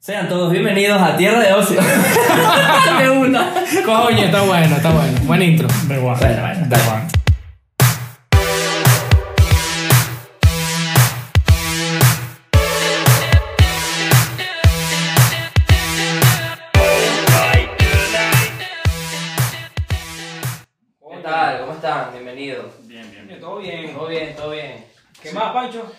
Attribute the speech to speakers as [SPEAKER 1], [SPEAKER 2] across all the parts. [SPEAKER 1] Sean todos bienvenidos a Tierra de Ocio. de una.
[SPEAKER 2] Coño, está bueno, está bueno. Buen intro.
[SPEAKER 3] Da igual.
[SPEAKER 1] Bueno, bueno.
[SPEAKER 3] Da igual.
[SPEAKER 1] ¿Cómo tal? ¿Cómo están? Bienvenidos.
[SPEAKER 3] Bien, bien.
[SPEAKER 4] Todo bien.
[SPEAKER 1] Todo bien, todo bien.
[SPEAKER 4] ¿Qué más, Pancho?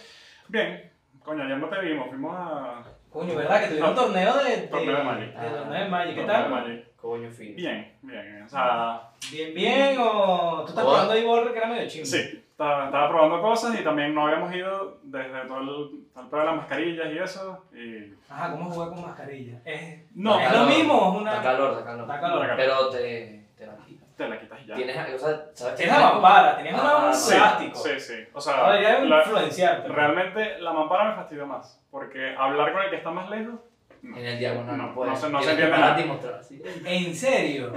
[SPEAKER 3] Bien. Coño, ayer no te vimos, fuimos a.
[SPEAKER 4] Coño, ¿verdad? Que tuvieron
[SPEAKER 3] No.
[SPEAKER 4] un torneo de. de-
[SPEAKER 3] Torneo de Magic.
[SPEAKER 4] de torneo
[SPEAKER 1] Ah.
[SPEAKER 4] de Magic. ¿Qué
[SPEAKER 3] Torneo de
[SPEAKER 4] tal?
[SPEAKER 3] Magic.
[SPEAKER 1] Coño, fin.
[SPEAKER 3] Bien, bien. O sea,
[SPEAKER 4] ¿Bien, bien? ¿O tú estás
[SPEAKER 1] Joder.
[SPEAKER 4] jugando ahí borre que era medio chingo?
[SPEAKER 3] sí. Estaba, estaba probando cosas y también no habíamos ido desde todo el, todo el pedo de las mascarillas y eso. Y.
[SPEAKER 4] Ajá, ¿cómo jugar con mascarilla? Es,
[SPEAKER 3] No,
[SPEAKER 4] es lo mismo, es
[SPEAKER 1] Da
[SPEAKER 4] una.
[SPEAKER 1] calor, da calor.
[SPEAKER 4] Da calor.
[SPEAKER 1] Pero te, te la quitas.
[SPEAKER 3] te la quitas y ya.
[SPEAKER 1] Tienes, o sea, ¿sabes
[SPEAKER 4] Tienes la mampara, tenías una- un
[SPEAKER 1] Sí,
[SPEAKER 4] plástico.
[SPEAKER 3] Sí, sí. O sea,
[SPEAKER 4] Debería
[SPEAKER 3] la-
[SPEAKER 4] influenciarte.
[SPEAKER 3] realmente la mampara me fastidió más. Porque hablar con el que está más lejos.
[SPEAKER 1] En el diagonal no,
[SPEAKER 3] No,
[SPEAKER 1] puedes.
[SPEAKER 3] no se- no
[SPEAKER 1] Tienes
[SPEAKER 3] se
[SPEAKER 1] que
[SPEAKER 3] entiende
[SPEAKER 1] parar
[SPEAKER 3] nada.
[SPEAKER 1] y mostrar así.
[SPEAKER 4] En serio.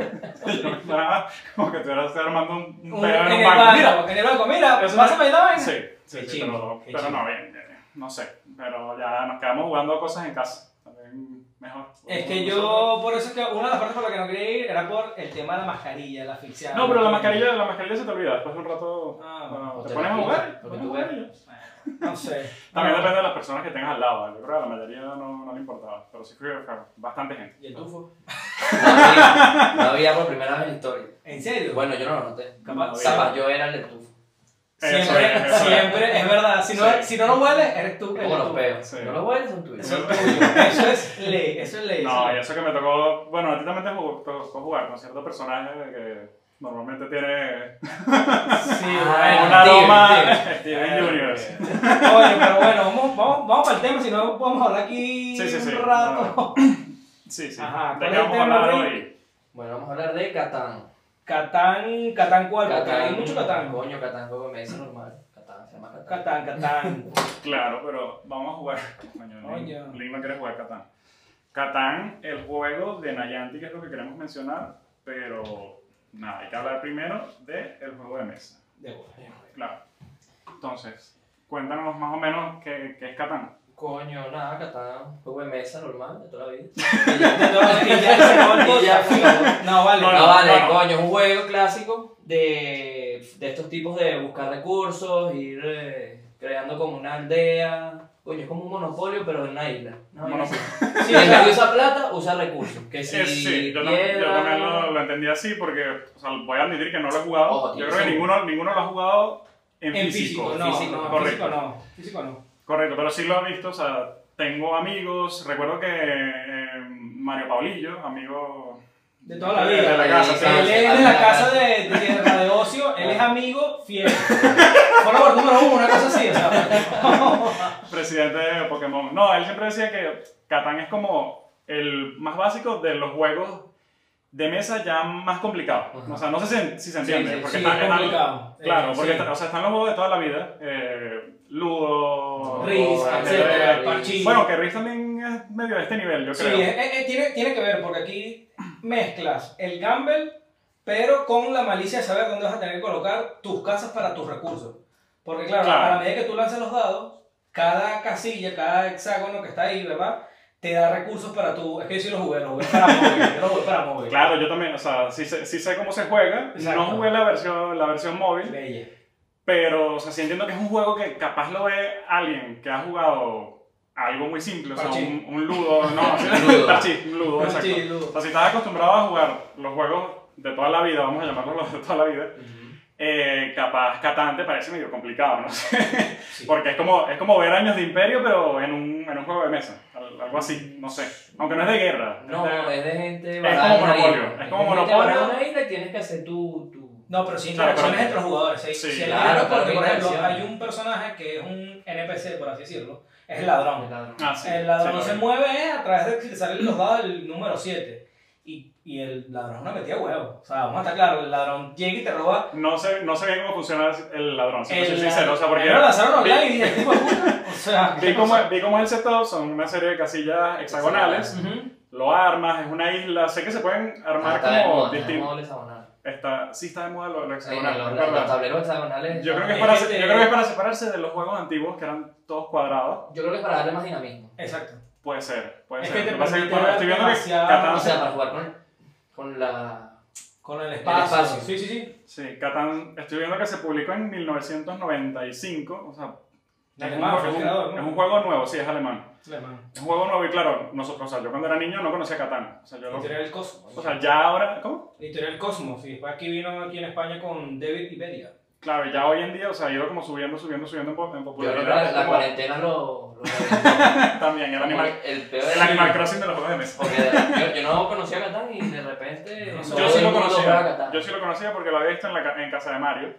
[SPEAKER 3] nada, como que estuvieras armando un, un
[SPEAKER 4] Un-
[SPEAKER 3] pedo
[SPEAKER 4] en
[SPEAKER 3] en un
[SPEAKER 4] el
[SPEAKER 3] banco.
[SPEAKER 4] banco,
[SPEAKER 3] Mira,
[SPEAKER 4] en el banco, mira,
[SPEAKER 3] Eso
[SPEAKER 4] pásame la vaina.
[SPEAKER 3] Sí, sí,
[SPEAKER 4] Qué
[SPEAKER 3] sí,
[SPEAKER 4] chingo,
[SPEAKER 3] pero,
[SPEAKER 4] qué
[SPEAKER 3] pero
[SPEAKER 4] chingo.
[SPEAKER 3] no, bien, bien, bien. no sé, pero ya nos quedamos jugando cosas en casa, también mejor.
[SPEAKER 4] Es que yo, por eso es que una de las partes por las que no quería ir era por el tema de la mascarilla, la asfixia.
[SPEAKER 3] No, pero la mascarilla, la mascarilla se te olvida, después de un rato
[SPEAKER 4] Ah,
[SPEAKER 3] bueno,
[SPEAKER 1] o
[SPEAKER 3] te
[SPEAKER 1] te
[SPEAKER 3] pones a
[SPEAKER 1] la
[SPEAKER 3] jugar,
[SPEAKER 1] quitas,
[SPEAKER 3] te
[SPEAKER 1] lo que
[SPEAKER 3] pones a
[SPEAKER 1] tú
[SPEAKER 3] jugar
[SPEAKER 1] veas.
[SPEAKER 3] y ya.
[SPEAKER 4] No sé.
[SPEAKER 3] También
[SPEAKER 4] No.
[SPEAKER 3] depende de las personas que tengas al lado, yo creo que a la mayoría no, no le importaba, pero sí fui claro, bastante gente.
[SPEAKER 4] ¿Y el tufo?
[SPEAKER 1] No había por primera vez en la historia.
[SPEAKER 4] ¿En serio?
[SPEAKER 1] Bueno, yo no lo noté.
[SPEAKER 4] Capaz-
[SPEAKER 3] Sí.
[SPEAKER 1] Capaz yo era el del tufo.
[SPEAKER 3] Eh,
[SPEAKER 4] Siempre,
[SPEAKER 3] Eso es,
[SPEAKER 4] siempre, es verdad. Si no,
[SPEAKER 3] Sí.
[SPEAKER 4] si no lo hueles, eres tú.
[SPEAKER 1] Es
[SPEAKER 4] eres
[SPEAKER 1] como los
[SPEAKER 4] tú.
[SPEAKER 1] peos.
[SPEAKER 3] Sí.
[SPEAKER 1] No los hueles, son tuyos.
[SPEAKER 3] Eso es
[SPEAKER 4] Eso es ley, eso es ley.
[SPEAKER 3] No,
[SPEAKER 4] eso
[SPEAKER 3] y
[SPEAKER 4] es
[SPEAKER 3] eso que me tocó, bueno, a ti también te jugó- te tocó jugar con cierto personaje que normalmente tiene
[SPEAKER 4] ley. Sí,
[SPEAKER 1] Ah,
[SPEAKER 3] un
[SPEAKER 1] Steven,
[SPEAKER 4] bueno.
[SPEAKER 3] aroma
[SPEAKER 1] Steven.
[SPEAKER 4] Ah,
[SPEAKER 3] Steven Universe. Ah.
[SPEAKER 4] Oye, pero bueno, vamos, vamos, vamos para el tema, si no podemos hablar aquí
[SPEAKER 3] Sí, sí, sí.
[SPEAKER 4] un rato.
[SPEAKER 3] Sí, sí.
[SPEAKER 4] Ajá, ¿cuál
[SPEAKER 3] ¿De qué
[SPEAKER 4] es el
[SPEAKER 3] vamos a
[SPEAKER 4] tema,
[SPEAKER 3] hablar
[SPEAKER 4] Rick?
[SPEAKER 3] hoy?
[SPEAKER 1] Bueno, vamos a hablar de Catán.
[SPEAKER 4] Catán, Catán cuál, porque hay mucho Catán.
[SPEAKER 1] Coño, Catán, juego me dice normal. Catán, se llama Catán.
[SPEAKER 4] Catán, Catán.
[SPEAKER 3] Claro, pero vamos a jugar. Coño,
[SPEAKER 4] Coño.
[SPEAKER 3] Link, Link no quiere jugar Catán. Catán, el juego de Nayanti, que es lo que queremos mencionar, pero nada, hay que hablar primero del juego de mesa.
[SPEAKER 4] De bola.
[SPEAKER 3] Claro. Entonces, cuéntanos más o menos qué, qué es Catán.
[SPEAKER 1] Coño, nada, Catán, juego de mesa normal de toda la vida.
[SPEAKER 4] No, y ya se acabó el
[SPEAKER 1] Y ya,
[SPEAKER 4] podcast.
[SPEAKER 1] se acabó.
[SPEAKER 4] No, vale.
[SPEAKER 1] No,
[SPEAKER 3] Bueno,
[SPEAKER 1] vale,
[SPEAKER 3] bueno.
[SPEAKER 1] coño, es un juego clásico de, de estos tipos de buscar recursos, ir eh, creando como una aldea. Coño, es como un monopolio, pero en una isla. No,
[SPEAKER 3] Bueno,
[SPEAKER 1] sí.
[SPEAKER 4] Sí,
[SPEAKER 1] Si
[SPEAKER 4] o
[SPEAKER 1] el
[SPEAKER 4] sea,
[SPEAKER 1] que usa plata, usa recursos. Que si
[SPEAKER 3] eh, sí, yo, tam- yo
[SPEAKER 1] piedra,
[SPEAKER 3] también lo, lo entendí así porque, o sea, voy a admitir que no lo he jugado.
[SPEAKER 1] Ojo,
[SPEAKER 3] yo
[SPEAKER 1] tío,
[SPEAKER 3] creo que
[SPEAKER 1] sí.
[SPEAKER 3] ninguno, ninguno lo ha jugado en,
[SPEAKER 4] en físico, no,
[SPEAKER 1] físico,
[SPEAKER 4] no,
[SPEAKER 3] correcto.
[SPEAKER 4] físico no, físico no.
[SPEAKER 3] Correcto, pero sí lo he visto, o sea, tengo amigos, recuerdo que eh, Mario Paulillo, amigo...
[SPEAKER 4] De toda la vida.
[SPEAKER 3] De la casa, sí.
[SPEAKER 4] Él es de la casa Ah. de, de Tierra de Ocio, él es amigo fiel. Follower número uno, una cosa así, o sea.
[SPEAKER 3] Presidente de Pokémon. No, él siempre decía que Catán es como el más básico de los juegos de mesa ya más complicados.
[SPEAKER 1] Ajá.
[SPEAKER 3] O sea, no sé si, si se
[SPEAKER 1] Sí,
[SPEAKER 3] entiende.
[SPEAKER 1] sí,
[SPEAKER 3] porque
[SPEAKER 4] sí,
[SPEAKER 3] están-
[SPEAKER 4] es
[SPEAKER 3] están-
[SPEAKER 4] complicado.
[SPEAKER 3] claro,
[SPEAKER 4] Eh,
[SPEAKER 3] porque
[SPEAKER 4] sí.
[SPEAKER 3] está- o sea, están los juegos de toda la vida. eh, Ludo...
[SPEAKER 4] Risk,
[SPEAKER 3] ajedrez.
[SPEAKER 4] etcétera, parchís.
[SPEAKER 3] Oh, eh, Bueno, que Risk también es medio de este nivel, yo
[SPEAKER 4] Sí, eh.
[SPEAKER 3] creo.
[SPEAKER 4] es- es- es- tiene, tiene que ver, porque aquí mezclas el gamble, pero con la malicia de saber dónde vas a tener que colocar tus casas para tus recursos. Porque claro,
[SPEAKER 3] Claro.
[SPEAKER 4] a la medida que tú lanzas los dados, cada casilla, cada hexágono que está ahí, ¿verdad? Te da recursos para tu... Es que yo sí los jugué, los jugué para móvil, yo los jugué para móvil.
[SPEAKER 3] Claro, yo también, o sea, sí, sé- sí sé cómo se juega.
[SPEAKER 4] Exacto.
[SPEAKER 3] No jugué la versión, la versión móvil,
[SPEAKER 4] Bella.
[SPEAKER 3] pero o sea, sí entiendo que es un juego que capaz lo ve alguien que ha jugado algo muy simple, o sea,
[SPEAKER 4] Parchís.
[SPEAKER 3] un, un ludo, no, sí,
[SPEAKER 1] Ludo.
[SPEAKER 3] parchís, un ludo,
[SPEAKER 4] Parchís,
[SPEAKER 3] exacto.
[SPEAKER 4] ludo.
[SPEAKER 3] O sea, si estás acostumbrado a jugar los juegos de toda la vida, vamos a llamarlos los de toda la vida, eh, capaz Catán te parece medio complicado, no sé.
[SPEAKER 4] Sí.
[SPEAKER 3] Porque es como, es como ver Años de Imperio, pero en un, en un juego de mesa, al- algo así, no sé. Aunque no es de guerra.
[SPEAKER 1] No, eh,
[SPEAKER 3] es de-
[SPEAKER 1] es de gente.
[SPEAKER 3] Este, Es
[SPEAKER 1] varada
[SPEAKER 3] como
[SPEAKER 1] en una
[SPEAKER 3] monopolio,
[SPEAKER 1] isla.
[SPEAKER 3] es como
[SPEAKER 1] gente varada en
[SPEAKER 3] monopolio.
[SPEAKER 1] una isla y tienes que hacer tu. tu...
[SPEAKER 4] No, pero sí,
[SPEAKER 3] Claro,
[SPEAKER 4] interacciones
[SPEAKER 3] pero-
[SPEAKER 4] entre los jugadores. Sí,
[SPEAKER 3] Sí,
[SPEAKER 4] sí, hay
[SPEAKER 1] claro,
[SPEAKER 4] algo,
[SPEAKER 1] claro,
[SPEAKER 4] porque,
[SPEAKER 1] hay
[SPEAKER 4] por ejemplo,
[SPEAKER 1] interacciones.
[SPEAKER 4] hay un personaje que es un NPC, por así decirlo, es el ladrón.
[SPEAKER 3] Ah, sí,
[SPEAKER 4] El ladrón
[SPEAKER 3] sí, lo
[SPEAKER 4] se
[SPEAKER 3] vi.
[SPEAKER 4] mueve es a través de que salen los dados del número 7. Y, y el ladrón es una metida de huevo. O sea, vamos a estar claros, el ladrón llega y te roba.
[SPEAKER 3] No sé, no sé bien cómo funciona el ladrón, si te
[SPEAKER 4] el
[SPEAKER 3] soy sincero. O sea,
[SPEAKER 4] ladrón.
[SPEAKER 3] porque
[SPEAKER 4] Primero lanzaron
[SPEAKER 3] vi-
[SPEAKER 4] online y el tipo de puta. O sea,
[SPEAKER 3] vi, cómo, vi cómo es el setup, son una serie de casillas hexagonales,
[SPEAKER 4] Ujú.
[SPEAKER 3] lo armas, es una isla, sé que se pueden
[SPEAKER 1] Ah,
[SPEAKER 3] armar
[SPEAKER 1] está de
[SPEAKER 3] como
[SPEAKER 1] moda, está de
[SPEAKER 3] distintos.
[SPEAKER 1] moda el hexagonal.
[SPEAKER 3] Está, sí está de moda lo, lo
[SPEAKER 1] Sí, los,
[SPEAKER 3] hexagonal, es
[SPEAKER 1] los- los
[SPEAKER 3] verdad.
[SPEAKER 1] tableros hexagonales.
[SPEAKER 3] yo, creo que es
[SPEAKER 4] Es
[SPEAKER 3] para,
[SPEAKER 4] que
[SPEAKER 3] se-
[SPEAKER 4] te-
[SPEAKER 3] yo creo que es para separarse de los juegos antiguos, que eran todos cuadrados,
[SPEAKER 1] Yo creo que es para darle más dinamismo.
[SPEAKER 4] Exacto.
[SPEAKER 3] puede ser. Puede
[SPEAKER 4] Es
[SPEAKER 3] ser.
[SPEAKER 4] que te
[SPEAKER 3] Lo que pasa es que
[SPEAKER 4] permite
[SPEAKER 3] cuando
[SPEAKER 4] ver
[SPEAKER 3] estoy viendo que
[SPEAKER 4] demasiado-
[SPEAKER 1] O
[SPEAKER 3] Catán,
[SPEAKER 1] sea, para jugar con, con la.
[SPEAKER 4] Con el
[SPEAKER 1] espacio.
[SPEAKER 4] espacio. Sí, sí, sí.
[SPEAKER 3] sí, Catán, estoy viendo que se publicó en 1995, o sea, es un,
[SPEAKER 4] Alemán, fue
[SPEAKER 3] es
[SPEAKER 4] el
[SPEAKER 3] un-
[SPEAKER 4] creador, ¿no?
[SPEAKER 3] es un juego nuevo, sí, es alemán.
[SPEAKER 4] Alemán.
[SPEAKER 3] Es un juego nuevo y claro, nosotros, o sea, yo cuando era niño no conocía Catán. O sea, yo lo-
[SPEAKER 4] Editorial Cosmos.
[SPEAKER 3] o sea, ya ahora, ¿cómo?
[SPEAKER 4] Editorial Cosmos. Y después aquí vino aquí en España con David Iberia.
[SPEAKER 3] Claro, y ya hoy en día, o sea, ha ido como subiendo, subiendo, subiendo en po- en
[SPEAKER 1] Yo creo
[SPEAKER 3] popularidad.
[SPEAKER 1] que la, la
[SPEAKER 3] como-
[SPEAKER 1] cuarentena lo. lo-
[SPEAKER 3] También, el Animal,
[SPEAKER 1] el peor
[SPEAKER 3] el
[SPEAKER 1] es
[SPEAKER 3] animal Crossing de los juegos de mesa.
[SPEAKER 1] Porque de verdad, yo, yo no conocía a Catán y de repente. todo
[SPEAKER 3] Yo sí
[SPEAKER 1] el mundo juega
[SPEAKER 3] lo
[SPEAKER 1] a
[SPEAKER 3] conocía,
[SPEAKER 1] Catán.
[SPEAKER 3] yo sí lo conocía porque lo había visto en, la, ca- en casa de Mario.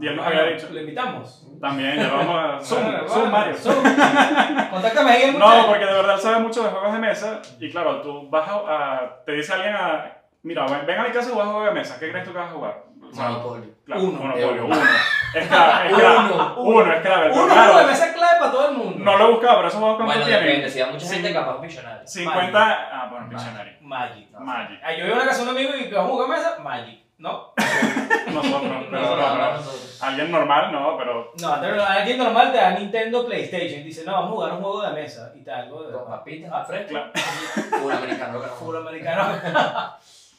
[SPEAKER 3] Y él nos
[SPEAKER 4] Ah,
[SPEAKER 3] había dicho,
[SPEAKER 4] ¿Lo invitamos?
[SPEAKER 3] también, ya vamos a...
[SPEAKER 4] Ah,
[SPEAKER 3] Zoom,
[SPEAKER 4] bueno,
[SPEAKER 3] Zoom Mario.
[SPEAKER 4] Zoom. Contáctame ahí,
[SPEAKER 3] No,
[SPEAKER 4] muchacho.
[SPEAKER 3] porque de verdad sabe mucho de juegos de mesa. Y claro, tú vas a... a- te dice alguien a... Mira, ven, ven a mi casa y juega a juegos de mesa. ¿Qué crees tú que vas a jugar? O sea,
[SPEAKER 1] Monopolio.
[SPEAKER 3] claro,
[SPEAKER 4] Uno.
[SPEAKER 3] Monopolio, uno. Es clave, es clave.
[SPEAKER 1] Uno.
[SPEAKER 3] Uno, es clave. pero
[SPEAKER 4] Uno
[SPEAKER 3] claro,
[SPEAKER 4] de mesa clave para todo el mundo.
[SPEAKER 3] no lo buscaba, pero esos juegos cuánto
[SPEAKER 1] Bueno,
[SPEAKER 3] tienen.
[SPEAKER 1] depende, si da mucha gente,
[SPEAKER 3] Sí.
[SPEAKER 1] capaz millonario.
[SPEAKER 3] 50. Ah, bueno, Pictionary.
[SPEAKER 4] Magic.
[SPEAKER 1] No.
[SPEAKER 3] Magic.
[SPEAKER 4] Ah, yo iba a una casa de un amigo y que vamos a jugar mesa. Magic. No.
[SPEAKER 3] Nosotros, pero
[SPEAKER 1] No, no,
[SPEAKER 3] no,
[SPEAKER 1] no,
[SPEAKER 3] no.
[SPEAKER 1] nosotros.
[SPEAKER 3] Alguien normal, no, pero.
[SPEAKER 4] No, pero alguien normal te da Nintendo PlayStation y dice, no, vamos a jugar un juego de mesa y tal. algo de
[SPEAKER 1] Con papitas, a fresco.
[SPEAKER 3] Claro.
[SPEAKER 1] Un americano que no.
[SPEAKER 4] Fútbol americano.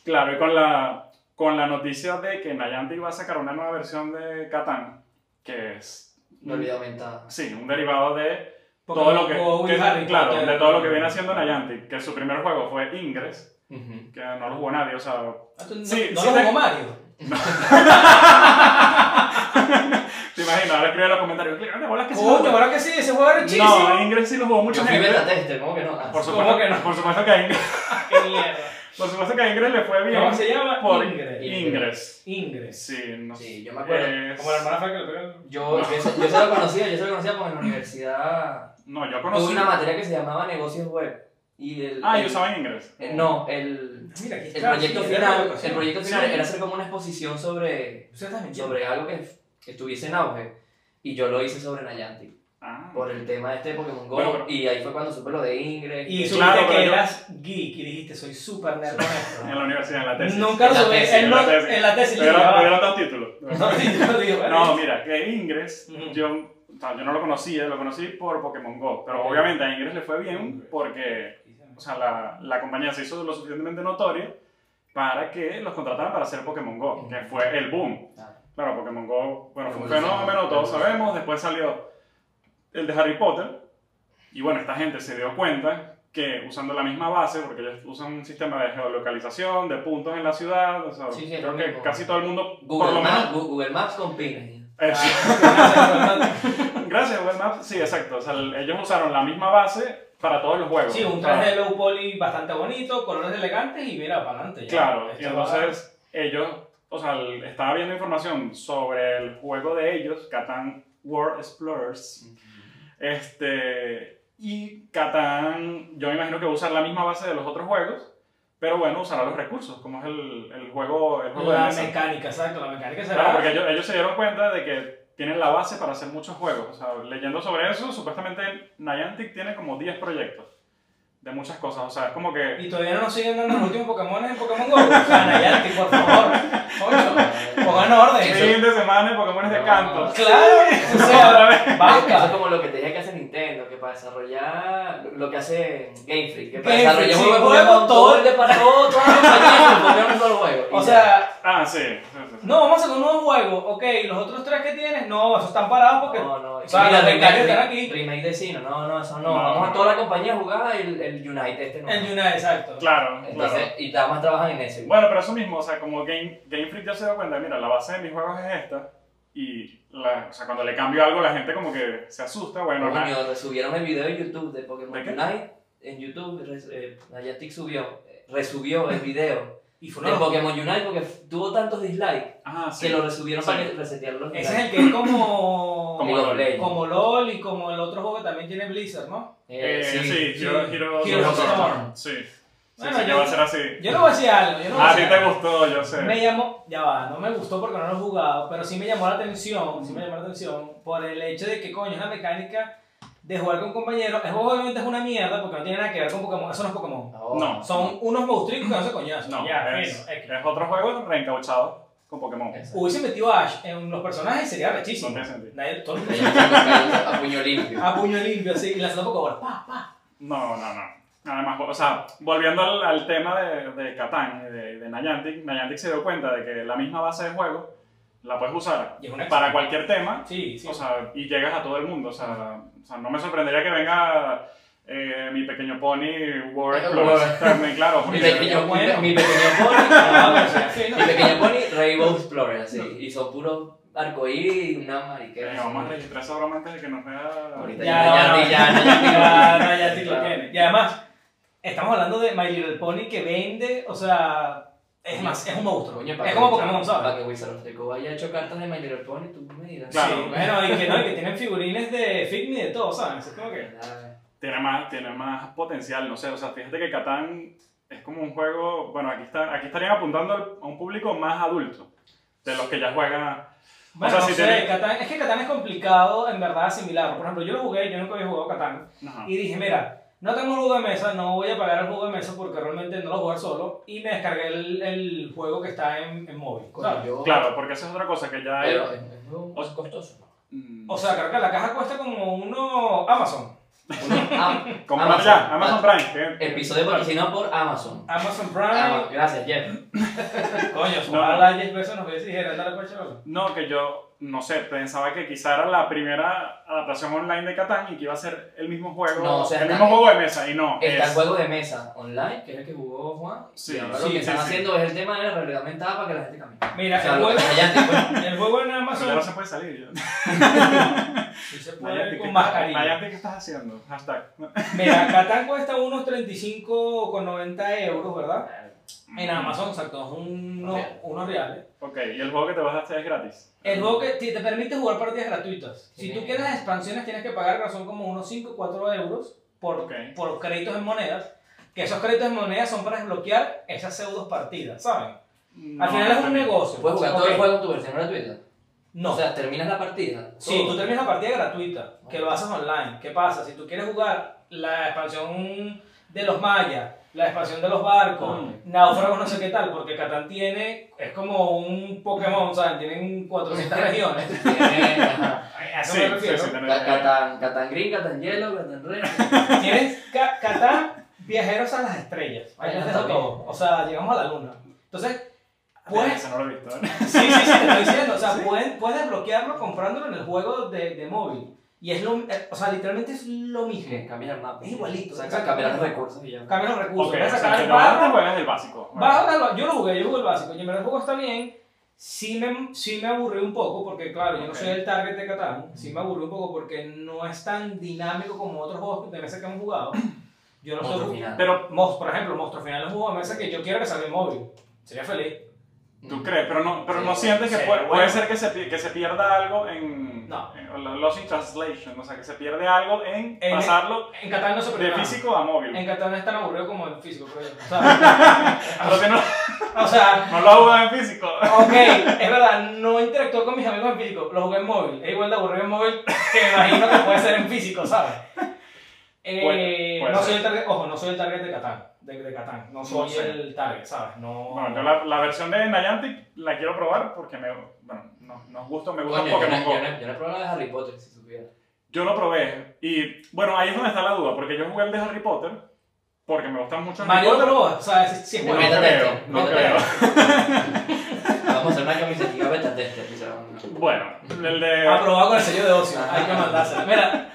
[SPEAKER 3] Claro, y con la, con la noticia de que Niantic va a sacar una nueva versión de Catán, que es.
[SPEAKER 1] No olvidé aumentar.
[SPEAKER 3] Sí, un derivado de todo lo que.
[SPEAKER 4] Pokémon Go y
[SPEAKER 3] que-
[SPEAKER 4] Harry
[SPEAKER 3] claro,
[SPEAKER 4] Potter.
[SPEAKER 3] de todo lo que viene haciendo Niantic, que su primer juego fue Ingress, que no lo jugó nadie, o sea.
[SPEAKER 4] Ah, tú- No,
[SPEAKER 3] Sí,
[SPEAKER 4] no
[SPEAKER 3] sí
[SPEAKER 4] lo
[SPEAKER 3] te-
[SPEAKER 4] jugó Mario.
[SPEAKER 3] Te imaginas, ahora escribe en los comentarios. "Claro, de bolas que sí lo
[SPEAKER 4] Coño,
[SPEAKER 3] jugó".
[SPEAKER 4] ¿verdad que sí? Ese juego era chiste.
[SPEAKER 3] No, Ingress sí lo jugó mucha
[SPEAKER 1] Yo fui beta
[SPEAKER 3] gente. ¿eh?
[SPEAKER 1] tester, ¿cómo que no? Ah,
[SPEAKER 3] Por
[SPEAKER 1] sí.
[SPEAKER 3] supuesto,
[SPEAKER 4] que no?
[SPEAKER 3] por supuesto que a Ingress,
[SPEAKER 4] Qué mierda.
[SPEAKER 3] por supuesto que a Ingress le fue bien.
[SPEAKER 4] ¿Cómo se llama?
[SPEAKER 3] Por
[SPEAKER 4] Ingres.
[SPEAKER 3] Ingress.
[SPEAKER 4] Ingres.
[SPEAKER 3] Sí, no sé.
[SPEAKER 1] Sí, yo me acuerdo.
[SPEAKER 3] Es-
[SPEAKER 4] Como la hermana fue que le pegó el-
[SPEAKER 1] Yo, yo, se- yo se lo conocía, yo se lo conocía porque en la universidad
[SPEAKER 3] No, yo
[SPEAKER 1] tuve
[SPEAKER 3] conocí.
[SPEAKER 1] una materia que se llamaba negocios web. Y el,
[SPEAKER 3] Ah,
[SPEAKER 1] el-
[SPEAKER 3] yo usaba inglés.
[SPEAKER 1] eh, No, el,
[SPEAKER 4] Mira, aquí
[SPEAKER 1] el
[SPEAKER 4] está.
[SPEAKER 1] proyecto
[SPEAKER 4] sí, era la
[SPEAKER 1] final,
[SPEAKER 4] educación.
[SPEAKER 1] el proyecto final
[SPEAKER 3] Sí.
[SPEAKER 1] era hacer como una exposición sobre,
[SPEAKER 4] Tú estás mintiendo.
[SPEAKER 1] sobre algo que, que estuviese en auge. Y yo lo hice sobre Nayanti,
[SPEAKER 3] Ah.
[SPEAKER 1] por el tema este de Pokémon GO.
[SPEAKER 3] Bueno, pero-
[SPEAKER 1] y ahí fue cuando supe lo de Ingres.
[SPEAKER 4] Y
[SPEAKER 1] que-
[SPEAKER 4] supiste
[SPEAKER 3] Claro, pero
[SPEAKER 4] que
[SPEAKER 3] yo-
[SPEAKER 4] eras geek y dijiste, soy súper nerd. con esto.
[SPEAKER 3] En la universidad, en la tesis.
[SPEAKER 4] Nunca lo
[SPEAKER 1] En la
[SPEAKER 4] subí.
[SPEAKER 1] tesis,
[SPEAKER 4] él
[SPEAKER 3] en
[SPEAKER 4] no-
[SPEAKER 3] la tesis.
[SPEAKER 4] En la tesis.
[SPEAKER 3] Pero
[SPEAKER 4] le llevaba.
[SPEAKER 3] era dos títulos.
[SPEAKER 4] No, yo digo, bueno,
[SPEAKER 3] No, mira, que Ingress,
[SPEAKER 4] Ujú.
[SPEAKER 3] yo, o sea, yo no lo conocía, lo conocí por Pokémon Go. Pero
[SPEAKER 4] Ok.
[SPEAKER 3] obviamente a Ingress le fue bien porque o sea, la, la compañía se hizo lo suficientemente notoria para que los contrataran para hacer Pokémon Go, que fue el boom.
[SPEAKER 1] Claro.
[SPEAKER 3] Claro, Pokémon Go, bueno, fue un
[SPEAKER 1] Evolucionó.
[SPEAKER 3] fenómeno, todos sabemos. Después salió el de Harry Potter. Y bueno, esta gente se dio cuenta que usando la misma base, porque ellos usan un sistema de geolocalización, de puntos en la ciudad, o sea,
[SPEAKER 1] Sí, sí, es
[SPEAKER 3] creo
[SPEAKER 1] lo
[SPEAKER 3] que
[SPEAKER 1] mismo.
[SPEAKER 3] casi todo el mundo, por
[SPEAKER 1] Google,
[SPEAKER 3] lo
[SPEAKER 1] Maps,
[SPEAKER 3] menos...
[SPEAKER 1] Gu- Google Maps con pines.
[SPEAKER 3] Eso.
[SPEAKER 4] Ah,
[SPEAKER 3] Gracias, Google Maps. Sí, exacto. O sea, el- ellos usaron la misma base para todos los juegos.
[SPEAKER 4] Sí, un traje de low poly bastante bonito, colores elegantes y mira, para adelante.
[SPEAKER 3] Claro,
[SPEAKER 4] Este
[SPEAKER 3] y entonces ellos, o sea, el- estaba viendo información sobre el juego de ellos, Catán World Explorers. Este, y Catán, yo me imagino que va a usar la misma base de los otros juegos, pero bueno, usará los recursos, como es el, el juego, el juego de
[SPEAKER 4] La
[SPEAKER 3] mesa.
[SPEAKER 4] mecánica, exacto, la mecánica será.
[SPEAKER 3] Claro, porque ellos, ellos se dieron cuenta de que tienen la base para hacer muchos juegos. O sea, leyendo sobre eso, supuestamente Niantic tiene como 10 proyectos de muchas cosas. O sea, es como que...
[SPEAKER 4] Y todavía no nos siguen dando los últimos Pokémon en Pokémon Go. Canayati, por favor. Coño, pongan
[SPEAKER 3] El
[SPEAKER 4] orden.
[SPEAKER 3] fin de semana, Pokémon de
[SPEAKER 1] No.
[SPEAKER 3] canto.
[SPEAKER 4] Claro, o
[SPEAKER 3] Otra
[SPEAKER 4] sea,
[SPEAKER 3] vez.
[SPEAKER 1] Eso es
[SPEAKER 4] basta.
[SPEAKER 1] como lo que te dije que hace Nintendo, que para desarrollar lo que hace Game Freak, que para
[SPEAKER 4] Game Freak,
[SPEAKER 1] desarrollar
[SPEAKER 4] sí,
[SPEAKER 1] juegos de
[SPEAKER 4] juego
[SPEAKER 1] Pokémon,
[SPEAKER 4] todo.
[SPEAKER 1] todo el de para todo, todas las compañías se volvieron un solo juego. Y
[SPEAKER 4] O
[SPEAKER 1] ya.
[SPEAKER 4] sea,
[SPEAKER 3] Ah, sí. sí, sí, sí.
[SPEAKER 4] no, vamos a hacer un nuevo juego. Ok, los otros tres que tienes, no, esos están parados porque.
[SPEAKER 1] no, no,
[SPEAKER 4] o sea,
[SPEAKER 1] mira,
[SPEAKER 4] los becarios
[SPEAKER 1] remake-
[SPEAKER 4] están aquí.
[SPEAKER 1] Remake de Sino, no, no, eso no.
[SPEAKER 3] No,
[SPEAKER 1] Vamos
[SPEAKER 3] no.
[SPEAKER 1] a toda la compañía a jugar el, el Unite, este no.
[SPEAKER 4] El United, exacto.
[SPEAKER 3] Claro,
[SPEAKER 1] Entonces,
[SPEAKER 3] claro.
[SPEAKER 1] y nada más trabajan en eso.
[SPEAKER 3] Bueno, pero eso mismo, o sea, como Game, Game Freak ya se dio cuenta, mira, la base de mis juegos es esta. Y, la, o sea, cuando le cambio algo, la gente como que se asusta. Bueno, nada.
[SPEAKER 1] Coño, resubieron el video de YouTube de Pokémon
[SPEAKER 3] ¿De qué?
[SPEAKER 1] Unite. En YouTube, res- eh, Niantic subió, eh, resubió el video
[SPEAKER 4] Y fue
[SPEAKER 1] de
[SPEAKER 4] una-
[SPEAKER 1] Pokémon Unite porque f- tuvo tantos dislikes
[SPEAKER 3] Ah, sí.
[SPEAKER 1] que lo resubieron
[SPEAKER 3] Sí.
[SPEAKER 1] para que- resetear los
[SPEAKER 4] Ese
[SPEAKER 1] likes.
[SPEAKER 4] es el que es como. eh,
[SPEAKER 3] Como
[SPEAKER 1] League of
[SPEAKER 3] LOL.
[SPEAKER 1] Legends.
[SPEAKER 4] como LOL y como el otro juego que también tiene Blizzard, ¿no?
[SPEAKER 1] Eh,
[SPEAKER 3] Eh, sí,
[SPEAKER 4] sí.
[SPEAKER 3] Hero, Hero-
[SPEAKER 4] Heroes of
[SPEAKER 1] Storm.
[SPEAKER 3] Sí. Sí,
[SPEAKER 4] Bueno,
[SPEAKER 3] sí, que
[SPEAKER 4] yo-
[SPEAKER 3] va a ser así.
[SPEAKER 4] Yo no voy a decir algo, yo no voy a
[SPEAKER 3] A ti
[SPEAKER 4] decir
[SPEAKER 3] te
[SPEAKER 4] algo.
[SPEAKER 3] gustó, yo sé.
[SPEAKER 4] Me llamó, ya va, no me gustó porque no lo he jugado, pero sí me llamó la atención, sí me llamó la atención por el hecho de que coño es la mecánica de jugar con compañeros. El juego obviamente es una mierda porque no tiene nada que ver con Pokémon, eso no es Pokémon.
[SPEAKER 3] No.
[SPEAKER 4] Son unos monstruos que no se coñazos.
[SPEAKER 3] No,
[SPEAKER 4] ya,
[SPEAKER 3] es,
[SPEAKER 4] fino, X.
[SPEAKER 3] es otro juego reencauchado con Pokémon.
[SPEAKER 1] Exacto.
[SPEAKER 4] Hubiese metido a Ash en los personajes sería
[SPEAKER 3] No
[SPEAKER 4] rechísimo.
[SPEAKER 3] tiene sentido.
[SPEAKER 4] Nadie, todo el mundo
[SPEAKER 1] A puño limpio.
[SPEAKER 4] Ah, a puño limpio así y lanzando Pokébolas, pa, pa.
[SPEAKER 3] No, no, no. Además, o sea, volviendo al, al tema de, de Catán, y de, de Niantic, Niantic se dio cuenta de que la misma base de juego la puedes usar
[SPEAKER 4] Y es una
[SPEAKER 3] para cualquier tema
[SPEAKER 4] Sí, sí.
[SPEAKER 3] o sea, y llegas a todo el mundo. O sea, o sea, no me sorprendería que venga eh, mi pequeño pony War
[SPEAKER 1] Pero
[SPEAKER 3] Explorer
[SPEAKER 1] bueno.
[SPEAKER 3] Externo, y claro.
[SPEAKER 1] Mi
[SPEAKER 3] porque-
[SPEAKER 1] pequeño,
[SPEAKER 4] bueno.
[SPEAKER 1] mi, mi pequeño pony, no, o sea,
[SPEAKER 4] Sí, no.
[SPEAKER 1] mi pequeño pony, Rainbow Explorer, así, y son puros arcoíris y una mariquera.
[SPEAKER 3] Venga,
[SPEAKER 1] así.
[SPEAKER 3] vamos a registrar esa broma antes de que nos vea.
[SPEAKER 1] Ahorita
[SPEAKER 4] Ya,
[SPEAKER 1] ya,
[SPEAKER 4] no,
[SPEAKER 1] ya, ya, ya, ya,
[SPEAKER 4] Ya, no, ya sí lo
[SPEAKER 1] Claro.
[SPEAKER 4] tiene. Y además, estamos hablando de My Little Pony que vende, o sea, es más, es un monstruo.
[SPEAKER 1] Coño, para
[SPEAKER 4] es
[SPEAKER 1] que
[SPEAKER 4] como
[SPEAKER 1] Wizard-
[SPEAKER 4] Pokémon, ¿sabes?
[SPEAKER 1] Para que Wizard of the Coast haya hecho cartas de My Little Pony, tú me dirás.
[SPEAKER 3] Claro.
[SPEAKER 4] sí, bueno, y que, no, y que tienen figurines de Figme y de todo, ¿sabes? Es como que...
[SPEAKER 3] Tiene más, tiene más potencial, no sé. O sea, fíjate que Catán es como un juego. Bueno, aquí, está, aquí estarían apuntando al- a un público más adulto de los que ya juegan.
[SPEAKER 4] Bueno,
[SPEAKER 3] sea,
[SPEAKER 4] no
[SPEAKER 3] si
[SPEAKER 4] sé,
[SPEAKER 3] tiene-
[SPEAKER 4] Catán- es que Catán es complicado en verdad asimilarlo. Por ejemplo, yo lo jugué, yo nunca había jugado Catán.
[SPEAKER 3] Ajá.
[SPEAKER 4] Y dije, mira, no tengo juego de mesa, no voy a pagar el juego de mesa porque realmente no lo voy a jugar solo. Y me descargué el, el juego que está en, en móvil. ¿sabes?
[SPEAKER 3] Claro, porque esa es otra cosa que ya. hay-
[SPEAKER 1] Pero es, es muy
[SPEAKER 3] O-
[SPEAKER 1] costoso. ¿no?
[SPEAKER 3] Mm,
[SPEAKER 4] O sea, creo que la caja cuesta como uno Amazon.
[SPEAKER 1] Uno, ah,
[SPEAKER 3] comprar
[SPEAKER 1] Amazon.
[SPEAKER 3] ya, Amazon Prime. que-
[SPEAKER 1] episodio patrocinado por Amazon.
[SPEAKER 4] Amazon Prime.
[SPEAKER 1] Ama- gracias, Jeff.
[SPEAKER 4] Coño, ojalá 10 veces nos hubiese dijera, dale pues chaval.
[SPEAKER 3] No, que yo, no sé, pensaba que quizá era la primera adaptación online de Catán y que iba a ser el mismo juego,
[SPEAKER 1] No, o sea,
[SPEAKER 3] el
[SPEAKER 1] está-
[SPEAKER 3] mismo juego de mesa, y no,
[SPEAKER 1] Está el
[SPEAKER 3] es,
[SPEAKER 1] juego de mesa online, que es el que jugó Juan.
[SPEAKER 3] Sí,
[SPEAKER 1] y ahora
[SPEAKER 3] sí,
[SPEAKER 1] lo que
[SPEAKER 3] sí,
[SPEAKER 1] están
[SPEAKER 3] sí.
[SPEAKER 1] haciendo es el tema de la realidad aumentada para que la gente camine.
[SPEAKER 4] Mira,
[SPEAKER 1] O sea,
[SPEAKER 4] el,
[SPEAKER 1] lo que
[SPEAKER 4] juego,
[SPEAKER 1] es Niantic, pues.
[SPEAKER 4] el juego en
[SPEAKER 3] pero ya no se
[SPEAKER 4] Amazon
[SPEAKER 3] puede salir. yo-
[SPEAKER 4] sí se
[SPEAKER 3] Niantic,
[SPEAKER 4] puede
[SPEAKER 3] ¿qué-
[SPEAKER 4] con más cariño.
[SPEAKER 3] Niantic, ¿qué estás haciendo? Hashtag.
[SPEAKER 4] Mira, Catán cuesta unos 35,90 euros, ¿verdad? En Amazon, exacto, es unos,
[SPEAKER 1] Real.
[SPEAKER 4] unos reales.
[SPEAKER 3] Ok, y el juego que te vas a hacer es gratis.
[SPEAKER 4] El juego que te te permite jugar partidas gratuitas. Si
[SPEAKER 1] Sí.
[SPEAKER 4] tú quieres las expansiones, tienes que pagar, que son como unos 5 o 4 euros por,
[SPEAKER 3] Ok.
[SPEAKER 4] por créditos en monedas. Que esos créditos en monedas son para desbloquear esas pseudos partidas, ¿saben? Al
[SPEAKER 3] No,
[SPEAKER 4] final es
[SPEAKER 3] no
[SPEAKER 4] un
[SPEAKER 3] tenía.
[SPEAKER 4] negocio.
[SPEAKER 1] Puedes jugar todo
[SPEAKER 4] Ok.
[SPEAKER 1] el juego en tu versión gratuita.
[SPEAKER 4] No.
[SPEAKER 1] O sea, terminas la partida.
[SPEAKER 4] Sí, tú
[SPEAKER 1] todo.
[SPEAKER 4] terminas la partida gratuita, que lo haces online. ¿Qué pasa? Si tú quieres jugar la expansión de los mayas, la expansión de los barcos,
[SPEAKER 1] Ah.
[SPEAKER 4] náufragos, no sé qué tal, porque Catán tiene, es como un Pokémon, ¿saben? Tienen 400 regiones.
[SPEAKER 1] Tiene, ajá.
[SPEAKER 4] A eso
[SPEAKER 3] Sí,
[SPEAKER 4] me
[SPEAKER 3] sí,
[SPEAKER 4] refiero.
[SPEAKER 3] sí, tenía-
[SPEAKER 1] Ca- Catán, Catán Green, Catán Yellow, Catán Red.
[SPEAKER 4] Tienes Ca- Catán, viajeros a las estrellas.
[SPEAKER 3] Ah,
[SPEAKER 4] Ahí les dejo todo. O sea, llegamos a la luna. Entonces,
[SPEAKER 3] Tenía,
[SPEAKER 4] puedes.
[SPEAKER 3] Pues, Eso no lo he visto. ¿eh?
[SPEAKER 4] Sí, sí, sí, te estoy diciendo. O sea, pueden, puedes desbloquearlo comprándolo en el juego de, de móvil. Y es lo. eh, O sea, literalmente es lo mismo.
[SPEAKER 1] Que Cambias el mapa.
[SPEAKER 4] Es igualito,
[SPEAKER 1] O sea,
[SPEAKER 4] exacto.
[SPEAKER 1] cambias los recursos y ya.
[SPEAKER 4] Cambia los recursos.
[SPEAKER 3] Ok,
[SPEAKER 4] vas a
[SPEAKER 3] o sea,
[SPEAKER 4] sacar
[SPEAKER 3] que
[SPEAKER 4] el
[SPEAKER 3] te vas a
[SPEAKER 4] barro,
[SPEAKER 3] jugar el básico. Bueno,
[SPEAKER 4] Bájalo, yo lo jugué, yo jugué el básico. Yo me el juego está bien. Sí me, sí me aburrí un poco porque, claro, yo no
[SPEAKER 3] Ok.
[SPEAKER 4] soy el target de Catán. Sí me aburrí un poco porque no es tan dinámico como otros juegos de mesa que hemos jugado. Yo no
[SPEAKER 1] Otro
[SPEAKER 4] soy.
[SPEAKER 1] final.
[SPEAKER 3] Pero,
[SPEAKER 4] Mos- por ejemplo, Monstruo Final es un juego de mesa que yo quiero que salga en móvil. Sería feliz.
[SPEAKER 1] Mm.
[SPEAKER 3] ¿tú crees? Pero no, pero
[SPEAKER 1] Sí,
[SPEAKER 3] no sientes que
[SPEAKER 4] sí,
[SPEAKER 3] puede,
[SPEAKER 4] bueno.
[SPEAKER 3] puede ser que se, pi- que se pierda algo en...
[SPEAKER 4] No.
[SPEAKER 3] en la- Lost in Translation, o sea, que se pierde algo en,
[SPEAKER 4] En-
[SPEAKER 3] pasarlo
[SPEAKER 4] En Catán no se
[SPEAKER 3] de
[SPEAKER 4] puede.
[SPEAKER 3] físico a móvil.
[SPEAKER 4] En Catán no es tan aburrido como en físico, creo yo. O sea,
[SPEAKER 3] Lo que no,
[SPEAKER 4] o sea,
[SPEAKER 3] no lo ha jugado en físico.
[SPEAKER 4] Ok, es verdad, no interactuó con mis amigos en físico, lo jugué en móvil. Es igual de aburrido en móvil que me imagino que puede ser en físico, ¿sabes? Eh,
[SPEAKER 3] Puede- puede
[SPEAKER 4] no
[SPEAKER 3] ser.
[SPEAKER 4] soy el target, ojo, no soy el target de Catán, de, de Catán, no soy
[SPEAKER 3] sé.
[SPEAKER 4] el target, ¿sabes? No,
[SPEAKER 3] Bueno, yo la, la versión de Niantic la quiero probar porque me, bueno, no- nos gusta, me gusta
[SPEAKER 1] Coño, yo no,
[SPEAKER 3] Pokémon Go.
[SPEAKER 1] yo no- yo no he probado la de Harry Potter, si supiera.
[SPEAKER 3] Yo lo probé y, bueno, ahí es donde está la duda, porque yo jugué el de Harry Potter porque me gustan mucho Harry
[SPEAKER 4] Mario
[SPEAKER 3] Potter.
[SPEAKER 4] no, o sea, si, si es
[SPEAKER 3] No
[SPEAKER 4] bueno.
[SPEAKER 1] Beta
[SPEAKER 3] creo,
[SPEAKER 1] tester,
[SPEAKER 3] no
[SPEAKER 1] beta
[SPEAKER 3] creo.
[SPEAKER 1] tester. este, Vamos a este, hacer una camiseta beta tester. que se la vamos a-
[SPEAKER 3] Bueno, el de...
[SPEAKER 4] Aprobado con el sello de ocio, hay que mandárselo. Mira,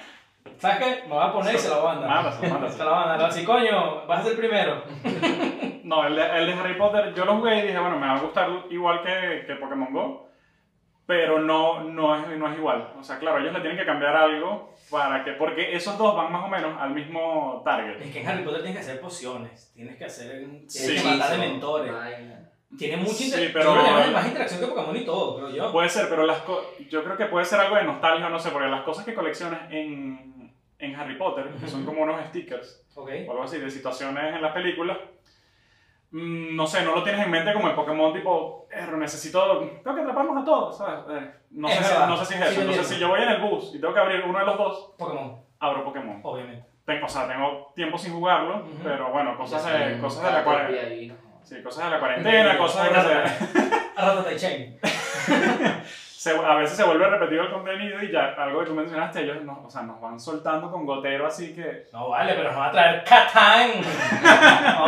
[SPEAKER 4] ¿sabes qué? Me voy a poner y se lo voy a mandar.
[SPEAKER 3] Mándaselo, mándaselo.
[SPEAKER 4] Se lo voy a mandar, así coño, vas a ser el primero.
[SPEAKER 3] No, el de, el de Harry Potter, yo lo jugué y dije, bueno, me va a gustar igual que, que Pokémon Go, pero no, no, es, no es igual. O sea, claro, ellos le tienen que cambiar algo para que, porque esos dos van más o menos al mismo target.
[SPEAKER 4] Es que en Harry Potter tienes que hacer pociones, tienes que hacer, tienes
[SPEAKER 3] Sí.
[SPEAKER 4] que matar de mentores.
[SPEAKER 1] Vaina.
[SPEAKER 4] Tiene mucha
[SPEAKER 3] Sí,
[SPEAKER 4] interacción.
[SPEAKER 3] pero- Pues-
[SPEAKER 4] más interacción que Pokémon y todo, creo yo.
[SPEAKER 3] Puede ser, pero las co- yo creo que puede ser algo de nostalgia, no sé, porque las cosas que coleccionas en, en Harry Potter, que son como unos stickers
[SPEAKER 4] Ok.
[SPEAKER 3] o algo así, de situaciones en las películas, mm, no sé, no lo tienes en mente como en Pokémon, tipo, "Erro, necesito, tengo que atraparlos a todos, ¿sabes? Eh, no,
[SPEAKER 4] Es
[SPEAKER 3] sé si,
[SPEAKER 4] verdad.
[SPEAKER 3] no sé si es
[SPEAKER 4] Sí,
[SPEAKER 3] eso,
[SPEAKER 4] lo
[SPEAKER 3] entonces
[SPEAKER 4] entiendo.
[SPEAKER 3] si yo voy en el bus y tengo que abrir uno de los dos,
[SPEAKER 4] Pokémon,
[SPEAKER 3] abro Pokémon.
[SPEAKER 4] obviamente.
[SPEAKER 3] Tengo, o sea, tengo tiempo sin jugarlo,
[SPEAKER 4] Ujú.
[SPEAKER 3] pero bueno, cosas
[SPEAKER 1] Ya
[SPEAKER 3] de,
[SPEAKER 1] son
[SPEAKER 3] cosas de la
[SPEAKER 1] cartas
[SPEAKER 3] cuarentena.
[SPEAKER 1] y ahí, no.
[SPEAKER 3] Sí, cosas de la cuarentena, cosas de...
[SPEAKER 4] Ratata- Rattata y Chain.
[SPEAKER 3] se- a veces se vuelve repetido el contenido y ya algo que tú mencionaste, ellos nos, o sea, nos van soltando con gotero, así que...
[SPEAKER 4] No vale, pero nos va a traer Catán.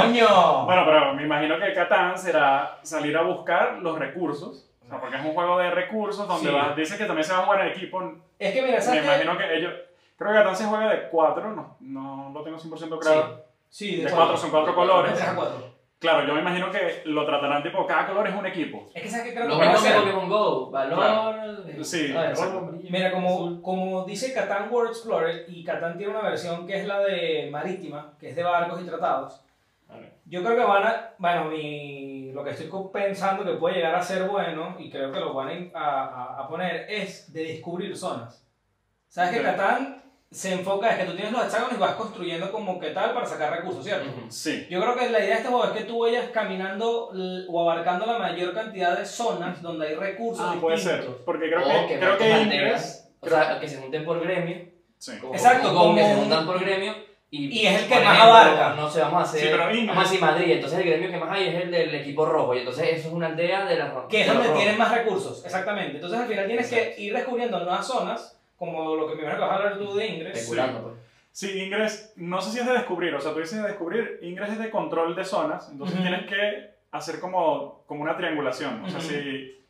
[SPEAKER 4] Coño.
[SPEAKER 3] Bueno, pero me imagino que Catán será salir a buscar los recursos, o sea, porque es un juego de recursos donde
[SPEAKER 4] Sí.
[SPEAKER 3] vas- dice que también se va a jugar en equipo,
[SPEAKER 4] Es que mira,
[SPEAKER 3] me
[SPEAKER 4] ¿sabes qué?
[SPEAKER 3] imagino que ellos... Creo que Catán se juega de cuatro, no, no lo tengo 100% claro.
[SPEAKER 4] Sí,
[SPEAKER 3] de cuatro, son cuatro colores.
[SPEAKER 4] De tres a cuatro.
[SPEAKER 3] Claro, yo me imagino que lo tratarán tipo, cada color es un equipo.
[SPEAKER 4] Es que sabes que creo
[SPEAKER 1] Lo
[SPEAKER 4] que van a
[SPEAKER 1] mismo que
[SPEAKER 4] hacer.
[SPEAKER 1] Pokémon Go, valor. eh,
[SPEAKER 3] Sí,
[SPEAKER 1] a ver,
[SPEAKER 3] exacto.
[SPEAKER 1] rojo, amarillo.
[SPEAKER 4] Mira, como, como dice Catán World Explorer, y Catán tiene una versión que es la de marítima, que es de barcos y tratados.
[SPEAKER 3] Vale.
[SPEAKER 4] Yo creo que van a. Bueno, mi, lo que estoy co- pensando que puede llegar a ser bueno, y creo que lo van a in- a, a- a poner, es de descubrir zonas. ¿Sabes que
[SPEAKER 3] Sí.
[SPEAKER 4] Catán se enfoca es que tú tienes los hexágonos y vas construyendo como que tal para sacar recursos, ¿cierto?
[SPEAKER 1] Ujú.
[SPEAKER 3] Sí.
[SPEAKER 4] Yo creo que la idea de este juego es que tú vayas caminando l- o abarcando la mayor cantidad de zonas donde hay recursos
[SPEAKER 3] Ah,
[SPEAKER 4] distintos.
[SPEAKER 3] puede ser. Porque creo
[SPEAKER 1] O
[SPEAKER 3] que, creo
[SPEAKER 1] marquen
[SPEAKER 3] que Ingress.
[SPEAKER 1] banderas, O sea, que se junten por gremio.
[SPEAKER 3] Sí.
[SPEAKER 1] como-
[SPEAKER 4] Exacto,
[SPEAKER 1] como que
[SPEAKER 4] como
[SPEAKER 1] se
[SPEAKER 4] un-
[SPEAKER 1] juntan por gremio. Y,
[SPEAKER 4] Y es el que
[SPEAKER 1] por
[SPEAKER 4] más
[SPEAKER 1] ejemplo,
[SPEAKER 4] abarca.
[SPEAKER 1] No sé, vamos a hacer.
[SPEAKER 3] Sí, pero Ingress-
[SPEAKER 1] vamos a decir Madrid. Entonces el gremio que más hay es el del equipo rojo. Y entonces eso es una aldea de las
[SPEAKER 4] Que es
[SPEAKER 1] de los
[SPEAKER 4] donde
[SPEAKER 1] rojos.
[SPEAKER 4] tienen más recursos, exactamente. Entonces al final tienes que
[SPEAKER 1] Exacto.
[SPEAKER 4] ir descubriendo nuevas zonas, como lo que primero que vas a hablar tú de Ingress.
[SPEAKER 1] Especulando, pues.
[SPEAKER 3] Sí, Ingress, no sé si es de descubrir, o sea, tú dices de descubrir, Ingress es de control de zonas, entonces
[SPEAKER 4] Ujú.
[SPEAKER 3] tienes que hacer como, como una triangulación, o sea,
[SPEAKER 4] Ujú.
[SPEAKER 3] si,